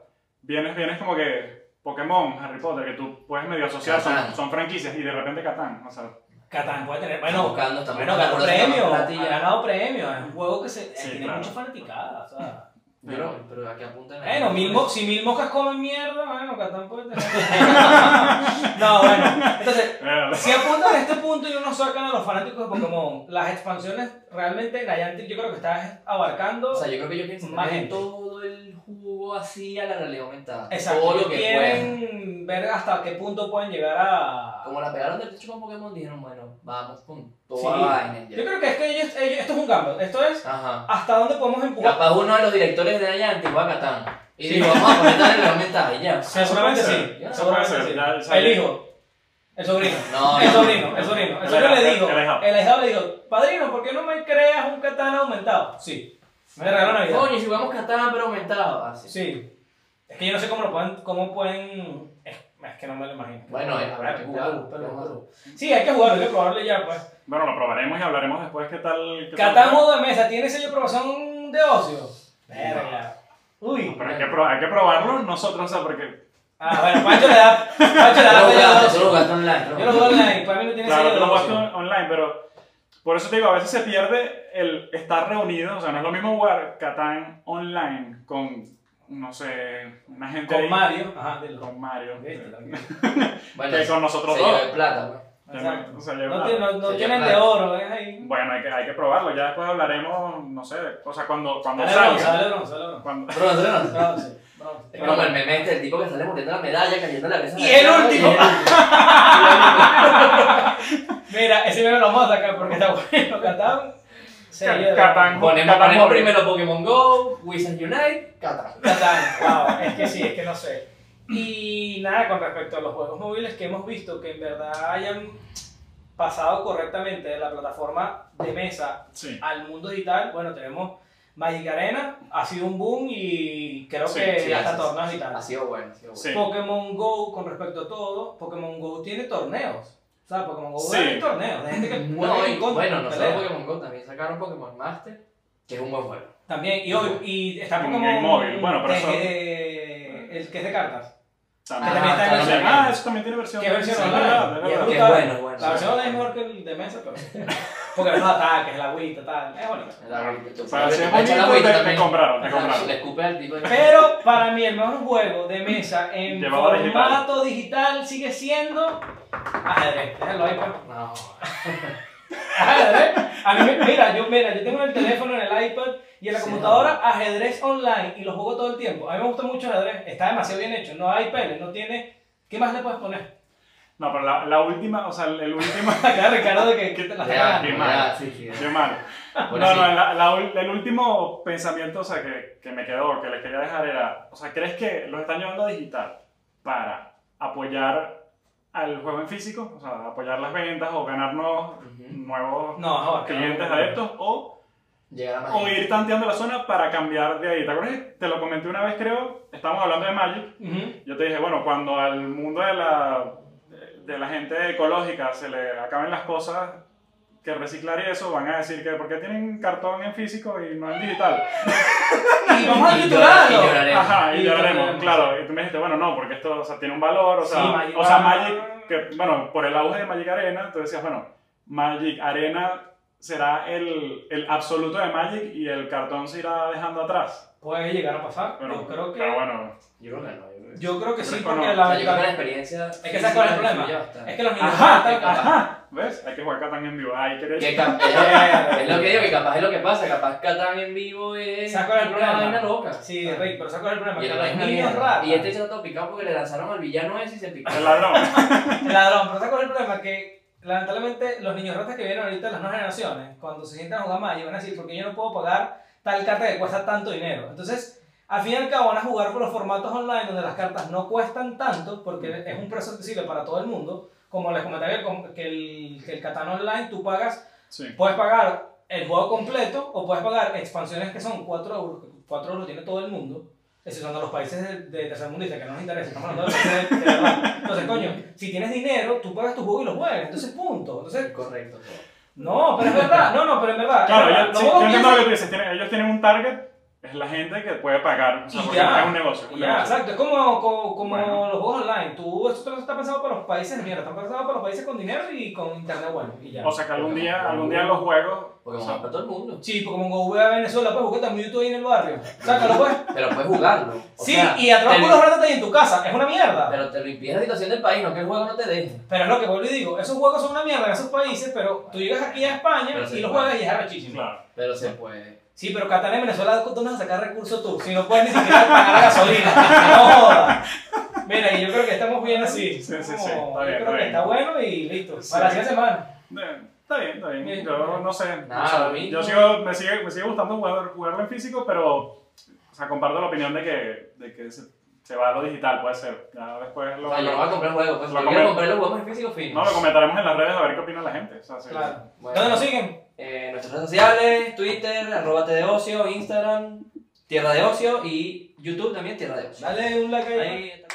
[SPEAKER 3] vienes, vienes como que... Pokémon, Harry Potter, que tú puedes medio asociar, son,
[SPEAKER 1] Catán.
[SPEAKER 3] son franquicias y de repente Catán, o sea,
[SPEAKER 4] Catán puede tener.
[SPEAKER 1] Estamos
[SPEAKER 4] Bueno,
[SPEAKER 1] buscando, estamos
[SPEAKER 4] bueno ganó
[SPEAKER 1] buscando, por eso
[SPEAKER 4] premio.
[SPEAKER 1] estamos
[SPEAKER 4] Ha
[SPEAKER 1] platilla.
[SPEAKER 4] ganado premio. Es un juego que se, eh,
[SPEAKER 3] Sí,
[SPEAKER 4] tiene
[SPEAKER 3] claro.
[SPEAKER 4] mucha fanaticada. O sea.
[SPEAKER 1] Yo no, pero aquí apuntan.
[SPEAKER 4] Bueno, mil
[SPEAKER 1] pues.
[SPEAKER 4] mo- si mil moscas comen mierda, bueno, Catán puede tener. no, bueno. Entonces,
[SPEAKER 3] eh,
[SPEAKER 4] si apuntan a este punto y no nos sacan a los fanáticos de Pokémon, las expansiones realmente Niantic yo creo que está abarcando.
[SPEAKER 1] O sea, yo creo que yo pienso
[SPEAKER 4] Más
[SPEAKER 1] que
[SPEAKER 4] gente.
[SPEAKER 1] todo el jugo así a la realidad aumentada.
[SPEAKER 4] Exacto.
[SPEAKER 1] Todo lo
[SPEAKER 4] ellos
[SPEAKER 1] que puedan.
[SPEAKER 4] quieren ver hasta qué punto pueden llegar a.
[SPEAKER 1] Como la pegaron del techo con Pokémon, dijeron, bueno, vamos con toda
[SPEAKER 4] Sí.
[SPEAKER 1] la vaina. ya.
[SPEAKER 4] Yo creo que es que ellos, ellos- esto es un gambito. Esto es
[SPEAKER 1] Ajá.
[SPEAKER 4] hasta dónde podemos empujar.
[SPEAKER 1] Capaz uno de los directores de Niantic va a Catán. Y
[SPEAKER 4] Sí.
[SPEAKER 1] dijo, vamos a poner la realidad aumentada y ya.
[SPEAKER 4] Seguramente
[SPEAKER 3] Eso puede
[SPEAKER 4] sí.
[SPEAKER 1] ser,
[SPEAKER 4] Seguramente
[SPEAKER 3] puede ser, ya,
[SPEAKER 4] sí.
[SPEAKER 3] ya-
[SPEAKER 4] El hijo. El sobrino.
[SPEAKER 1] No,
[SPEAKER 4] El
[SPEAKER 1] no.
[SPEAKER 4] sobrino, el sobrino. El
[SPEAKER 3] El
[SPEAKER 4] sobrino
[SPEAKER 3] ahijado,
[SPEAKER 4] le dijo,
[SPEAKER 3] el ahijado.
[SPEAKER 4] el ahijado le dijo, padrino, ¿por qué no me creas un katana aumentado? Sí. Me regaló Navidad.
[SPEAKER 1] Coño, si jugamos Catán pero aumentado. Así.
[SPEAKER 4] Sí. Es que yo no sé cómo lo pueden, cómo pueden, es, es que no me lo imagino.
[SPEAKER 1] Bueno, eh, habrá que jugarlo,
[SPEAKER 4] buscarlo,
[SPEAKER 1] pero-
[SPEAKER 4] buscarlo. Sí, hay que jugarlo, hay que probarlo ya, pues.
[SPEAKER 3] Bueno, lo probaremos y hablaremos después qué tal. qué tal
[SPEAKER 4] Catán
[SPEAKER 3] fue.
[SPEAKER 4] modo de mesa, ¿tiene sello de aprobación de ocio? Verga. Uy.
[SPEAKER 3] Pero hay que, pro- hay que probarlo nosotros, o sea, porque.
[SPEAKER 4] Ah, bueno, Pancho le da, Pancho le da
[SPEAKER 1] Solo
[SPEAKER 4] sello de
[SPEAKER 1] jugaste,
[SPEAKER 4] ocio.
[SPEAKER 1] solo jugaste online. ¿no?
[SPEAKER 4] Yo lo juego online, para mí no tiene
[SPEAKER 3] Claro,
[SPEAKER 4] sello
[SPEAKER 3] tú
[SPEAKER 4] de
[SPEAKER 3] lo jugaste
[SPEAKER 4] ocio.
[SPEAKER 3] on- online, pero. Por eso te digo, a veces se pierde el estar reunido. O sea, no es lo mismo jugar Catán online con, no sé, una gente. ahí-
[SPEAKER 4] Con Mario. Ajá, dilo.
[SPEAKER 3] Con Mario.
[SPEAKER 4] Ok, tranquilo.
[SPEAKER 1] Bueno,
[SPEAKER 3] que con nosotros
[SPEAKER 1] se llevó
[SPEAKER 3] dos.
[SPEAKER 1] de plata, pues.
[SPEAKER 3] Ya
[SPEAKER 4] Exacto.
[SPEAKER 3] no- o sea, ya
[SPEAKER 4] No,
[SPEAKER 3] nada.
[SPEAKER 4] tiene- no- no
[SPEAKER 1] Sí,
[SPEAKER 4] tienen de
[SPEAKER 1] claro.
[SPEAKER 4] oro, es ahí.
[SPEAKER 3] Bueno, hay que, hay que probarlo. Ya después hablaremos, no sé, o sea, cuando, cuando
[SPEAKER 4] Dale
[SPEAKER 3] salga.
[SPEAKER 4] bronce, dale bronce, dale bronce.
[SPEAKER 3] Cuando-
[SPEAKER 1] Pero nosotros no.
[SPEAKER 4] Bronce, bronce.
[SPEAKER 1] Es como el meme este, el tipo que sale mordiendo la medalla, cayendo la cabeza.
[SPEAKER 4] Y el último. Mira, ese meme lo vamos a sacar porque está bueno. Catán. se lleva.
[SPEAKER 3] Catán.
[SPEAKER 1] Ponemos,
[SPEAKER 3] Catán
[SPEAKER 1] ponemos
[SPEAKER 3] móvil.
[SPEAKER 1] primero Pokémon Go, Wizards Unite, Catán.
[SPEAKER 4] Catán, wow, es que sí, es que no sé. Y nada, con respecto a los juegos móviles que hemos visto que en verdad hayan pasado correctamente de la plataforma de mesa
[SPEAKER 3] Sí.
[SPEAKER 4] al mundo digital, bueno, tenemos Magic Arena, ha sido un boom y creo
[SPEAKER 3] Sí,
[SPEAKER 4] que
[SPEAKER 1] sí,
[SPEAKER 4] hasta
[SPEAKER 1] sí,
[SPEAKER 4] torneos y tal.
[SPEAKER 1] Ha sido bueno, ha sido bueno.
[SPEAKER 3] Sí.
[SPEAKER 4] Pokémon Go, con respecto a todo, Pokémon Go tiene torneos. O sea, Pokémon Go
[SPEAKER 3] Sí.
[SPEAKER 4] tiene torneos. Hay gente que
[SPEAKER 1] No,
[SPEAKER 4] juega
[SPEAKER 1] y
[SPEAKER 4] en contra,
[SPEAKER 1] bueno, no solo
[SPEAKER 4] pelea.
[SPEAKER 1] Pokémon Go, también sacaron Pokémon Master, que es un buen juego.
[SPEAKER 4] También, y, obvio, y está
[SPEAKER 3] En
[SPEAKER 4] Pokémon
[SPEAKER 3] el móvil, bueno, pero
[SPEAKER 4] de-
[SPEAKER 3] eso-
[SPEAKER 4] de- el que es de cartas.
[SPEAKER 3] También.
[SPEAKER 4] también está en
[SPEAKER 3] Ah,
[SPEAKER 4] versión-
[SPEAKER 3] ah, eso también tiene versión.
[SPEAKER 4] ¿Qué versión
[SPEAKER 3] Sí,
[SPEAKER 4] online?
[SPEAKER 3] verdad,
[SPEAKER 4] Y
[SPEAKER 3] es
[SPEAKER 4] es
[SPEAKER 3] verdad.
[SPEAKER 1] Que es
[SPEAKER 4] brutal.
[SPEAKER 1] bueno, es bueno.
[SPEAKER 4] La versión es mejor que el de mesa, pero... Porque los ataques, el agüita, tal, es bonito.
[SPEAKER 1] Ah,
[SPEAKER 3] Para ser bonito, te, te compraron, te
[SPEAKER 1] Le
[SPEAKER 3] compraron.
[SPEAKER 1] escupe al tipo de...
[SPEAKER 4] Pero para mí el mejor juego de mesa en
[SPEAKER 3] Llevado digital.
[SPEAKER 4] formato digital sigue siendo... Ajedrez, déjalo ahí, pues.
[SPEAKER 1] No.
[SPEAKER 4] Ajedrez. A mí, me- mira, yo, mira, yo tengo en el teléfono, en el iPad y en la
[SPEAKER 1] Sí,
[SPEAKER 4] computadora ajedrez online y lo juego todo el tiempo. A mí me gusta mucho el ajedrez, está demasiado bien hecho. No hay peles, no tiene. ¿Qué más le puedes poner?
[SPEAKER 3] No, pero la, la última, o sea, el, el último.
[SPEAKER 4] Acá Ricardo de que, que te la
[SPEAKER 1] De
[SPEAKER 4] está
[SPEAKER 1] asco,
[SPEAKER 3] qué
[SPEAKER 1] de
[SPEAKER 3] mal.
[SPEAKER 1] asco, sí, sí.
[SPEAKER 3] Qué mal. No,
[SPEAKER 1] Bueno, sí.
[SPEAKER 3] no, la- la ul- el último pensamiento o sea, que, que me quedó, que les quería dejar era, o sea, ¿crees que los están llevando a digital para apoyar al juego en físico? O sea, apoyar las ventas o ganarnos
[SPEAKER 1] Ujú.
[SPEAKER 3] nuevos
[SPEAKER 4] No, joder,
[SPEAKER 3] clientes
[SPEAKER 4] no.
[SPEAKER 3] adeptos o,
[SPEAKER 1] Llegar a más
[SPEAKER 3] o
[SPEAKER 1] gente.
[SPEAKER 3] ir tanteando la zona para cambiar de ahí. ¿Te acuerdas? que Te lo comenté una vez, creo, estábamos hablando de Magic
[SPEAKER 4] Ujú.
[SPEAKER 3] yo te dije, bueno, cuando al mundo de la, de la gente ecológica se le acaben las cosas que reciclar y eso, van a decir que ¿por qué tienen cartón en físico y no en digital?
[SPEAKER 4] Y vamos a
[SPEAKER 1] Y llorar-
[SPEAKER 4] titularlo.
[SPEAKER 1] y lloraremos.
[SPEAKER 3] Ajá, y
[SPEAKER 4] Y
[SPEAKER 3] lloraremos,
[SPEAKER 4] lloraremos.
[SPEAKER 3] claro. Y tú me dijiste, bueno, no, porque esto o sea, tiene un valor, o sea,
[SPEAKER 4] Sí, Magic
[SPEAKER 3] o sea,
[SPEAKER 4] va-
[SPEAKER 3] Magic, que, bueno, por el auge de Magic Arena, tú decías, bueno, Magic Arena será el, el absoluto de Magic y el cartón se irá dejando atrás.
[SPEAKER 4] Puede llegar a pasar.
[SPEAKER 3] Bueno,
[SPEAKER 4] yo creo que.
[SPEAKER 3] pero bueno,
[SPEAKER 1] Yo creo que no. yo creo que-
[SPEAKER 4] Yo creo que
[SPEAKER 3] Yo
[SPEAKER 4] sí,
[SPEAKER 3] creo que
[SPEAKER 4] porque
[SPEAKER 3] no.
[SPEAKER 1] O
[SPEAKER 4] la
[SPEAKER 1] sea, yo creo que la
[SPEAKER 4] ventaja.
[SPEAKER 1] experiencia.
[SPEAKER 4] Es que ¿sabes cuál es el problema? Es que los niños.
[SPEAKER 3] Ajá,
[SPEAKER 4] están-
[SPEAKER 3] ajá, ¿ves? Hay que jugar Catán en vivo, ahí quería
[SPEAKER 1] Que cap- es,
[SPEAKER 3] Eh.
[SPEAKER 1] es lo que digo, que capaz es lo que pasa, capaz Catán en vivo es
[SPEAKER 4] ¿Sabes cuál es el
[SPEAKER 1] una
[SPEAKER 4] problema?
[SPEAKER 1] vaina loca.
[SPEAKER 4] Sí, Rick, pero ¿sabes cuál es el problema?
[SPEAKER 1] Y
[SPEAKER 4] Que
[SPEAKER 1] el
[SPEAKER 4] los
[SPEAKER 1] vaina
[SPEAKER 4] niños
[SPEAKER 1] mierda.
[SPEAKER 4] ratas.
[SPEAKER 1] Y este se está picado porque le lanzaron al villano ese y se picó.
[SPEAKER 3] El ladrón.
[SPEAKER 4] Ladrón, pero ¿sabes cuál es el problema? Que lamentablemente los niños ratas que vienen ahorita de las nuevas generaciones, cuando se sientan a jugar Magic, van a decir, porque yo no puedo pagar tal carta que cuesta tanto dinero? Entonces, al fin y al cabo van a jugar por los formatos online donde las cartas no cuestan tanto, porque es un precio accesible para todo el mundo. Como les comentaba que el- que el, que el Catán Online tú pagas,
[SPEAKER 3] Sí.
[SPEAKER 4] puedes pagar el juego completo o puedes pagar expansiones que son 4 euros, 4 euros tiene todo el mundo. Exceptuando los países de, de tercermundista que no nos interesa, estamos hablando de países de- de verdad. Entonces, coño, si tienes dinero, tú pagas tu juego y lo juegas, entonces punto. Entonces,
[SPEAKER 1] Correcto.
[SPEAKER 4] no, pero es verdad, no, no, pero es verdad.
[SPEAKER 3] Claro,
[SPEAKER 4] es
[SPEAKER 3] ya-
[SPEAKER 4] verdad. Los
[SPEAKER 3] sí, yo
[SPEAKER 4] juegos
[SPEAKER 3] entiendo lo
[SPEAKER 4] piensan-
[SPEAKER 3] que tú dices. tienen- ellos tienen un target, es la gente que puede pagar. O sea,
[SPEAKER 4] Y
[SPEAKER 3] porque
[SPEAKER 4] ya.
[SPEAKER 3] es un negocio. es un
[SPEAKER 4] Ya,
[SPEAKER 3] negocio.
[SPEAKER 4] exacto, es como, como, como
[SPEAKER 3] Bueno.
[SPEAKER 4] los juegos online. Tú, esto está pensado para los países de mierda, está pensado para los países con dinero y con internet bueno, y ya.
[SPEAKER 3] O sea, que algún día, algún día los juegos.
[SPEAKER 1] Porque
[SPEAKER 3] o
[SPEAKER 1] vamos
[SPEAKER 3] sea,
[SPEAKER 1] a para todo el mundo.
[SPEAKER 4] Sí, porque como voy a Venezuela, pues busca también YouTube ahí en el barrio. Sácalo, pues.
[SPEAKER 1] Pero puedes jugarlo. O
[SPEAKER 4] Sí,
[SPEAKER 1] sea,
[SPEAKER 4] y atrás
[SPEAKER 1] te
[SPEAKER 4] puros
[SPEAKER 1] lo-
[SPEAKER 4] ratas ahí en tu casa, es una mierda.
[SPEAKER 1] Pero te lo impide la situación del país, no que el juego no te deje.
[SPEAKER 4] Pero es lo que vuelvo y digo, esos juegos son una mierda en esos países, pero tú llegas aquí a España
[SPEAKER 1] Pero
[SPEAKER 4] y
[SPEAKER 1] sí,
[SPEAKER 4] los
[SPEAKER 1] bueno.
[SPEAKER 4] juegas y es arrechísimo.
[SPEAKER 3] Claro.
[SPEAKER 1] Pero se puede.
[SPEAKER 4] Sí, pero Catán en Venezuela, ¿dónde vas a sacar recursos tú? Si no puedes ni siquiera pagar la gasolina. No jodas. Mira, y yo creo que estamos bien así.
[SPEAKER 3] Sí, sí, sí,
[SPEAKER 4] Como-
[SPEAKER 3] está
[SPEAKER 4] yo
[SPEAKER 3] bien,
[SPEAKER 4] creo
[SPEAKER 3] está
[SPEAKER 4] que
[SPEAKER 3] bien.
[SPEAKER 4] está bueno y listo.
[SPEAKER 3] Sí.
[SPEAKER 4] Para la siguiente semana.
[SPEAKER 3] Eh, Está bien, está bien.
[SPEAKER 4] Bien.
[SPEAKER 3] Yo no sé.
[SPEAKER 1] Nada,
[SPEAKER 3] o sea,
[SPEAKER 1] a mí
[SPEAKER 3] yo
[SPEAKER 1] no.
[SPEAKER 3] sigo, me, sigue, me sigue gustando jugar, jugarlo en físico, pero. O sea, comparto la opinión de que, de que se, se va a lo digital, puede ser. Ya después
[SPEAKER 1] O
[SPEAKER 3] lo.
[SPEAKER 1] sea, yo no voy a comprar juegos, pues
[SPEAKER 3] Lo
[SPEAKER 1] yo quiero
[SPEAKER 3] comen-
[SPEAKER 1] comprar los juegos en físico fino.
[SPEAKER 3] no, lo comentaremos en las redes a ver qué opina la gente. O sea, sí.
[SPEAKER 4] Claro.
[SPEAKER 1] Bueno.
[SPEAKER 4] ¿Dónde nos siguen?
[SPEAKER 1] Eh, nuestras redes sociales, Twitter, arroba de ocio, Instagram, Tierra de Ocio y YouTube también Tierra de Ocio.
[SPEAKER 4] Dale un like ahí.
[SPEAKER 1] Ahí está.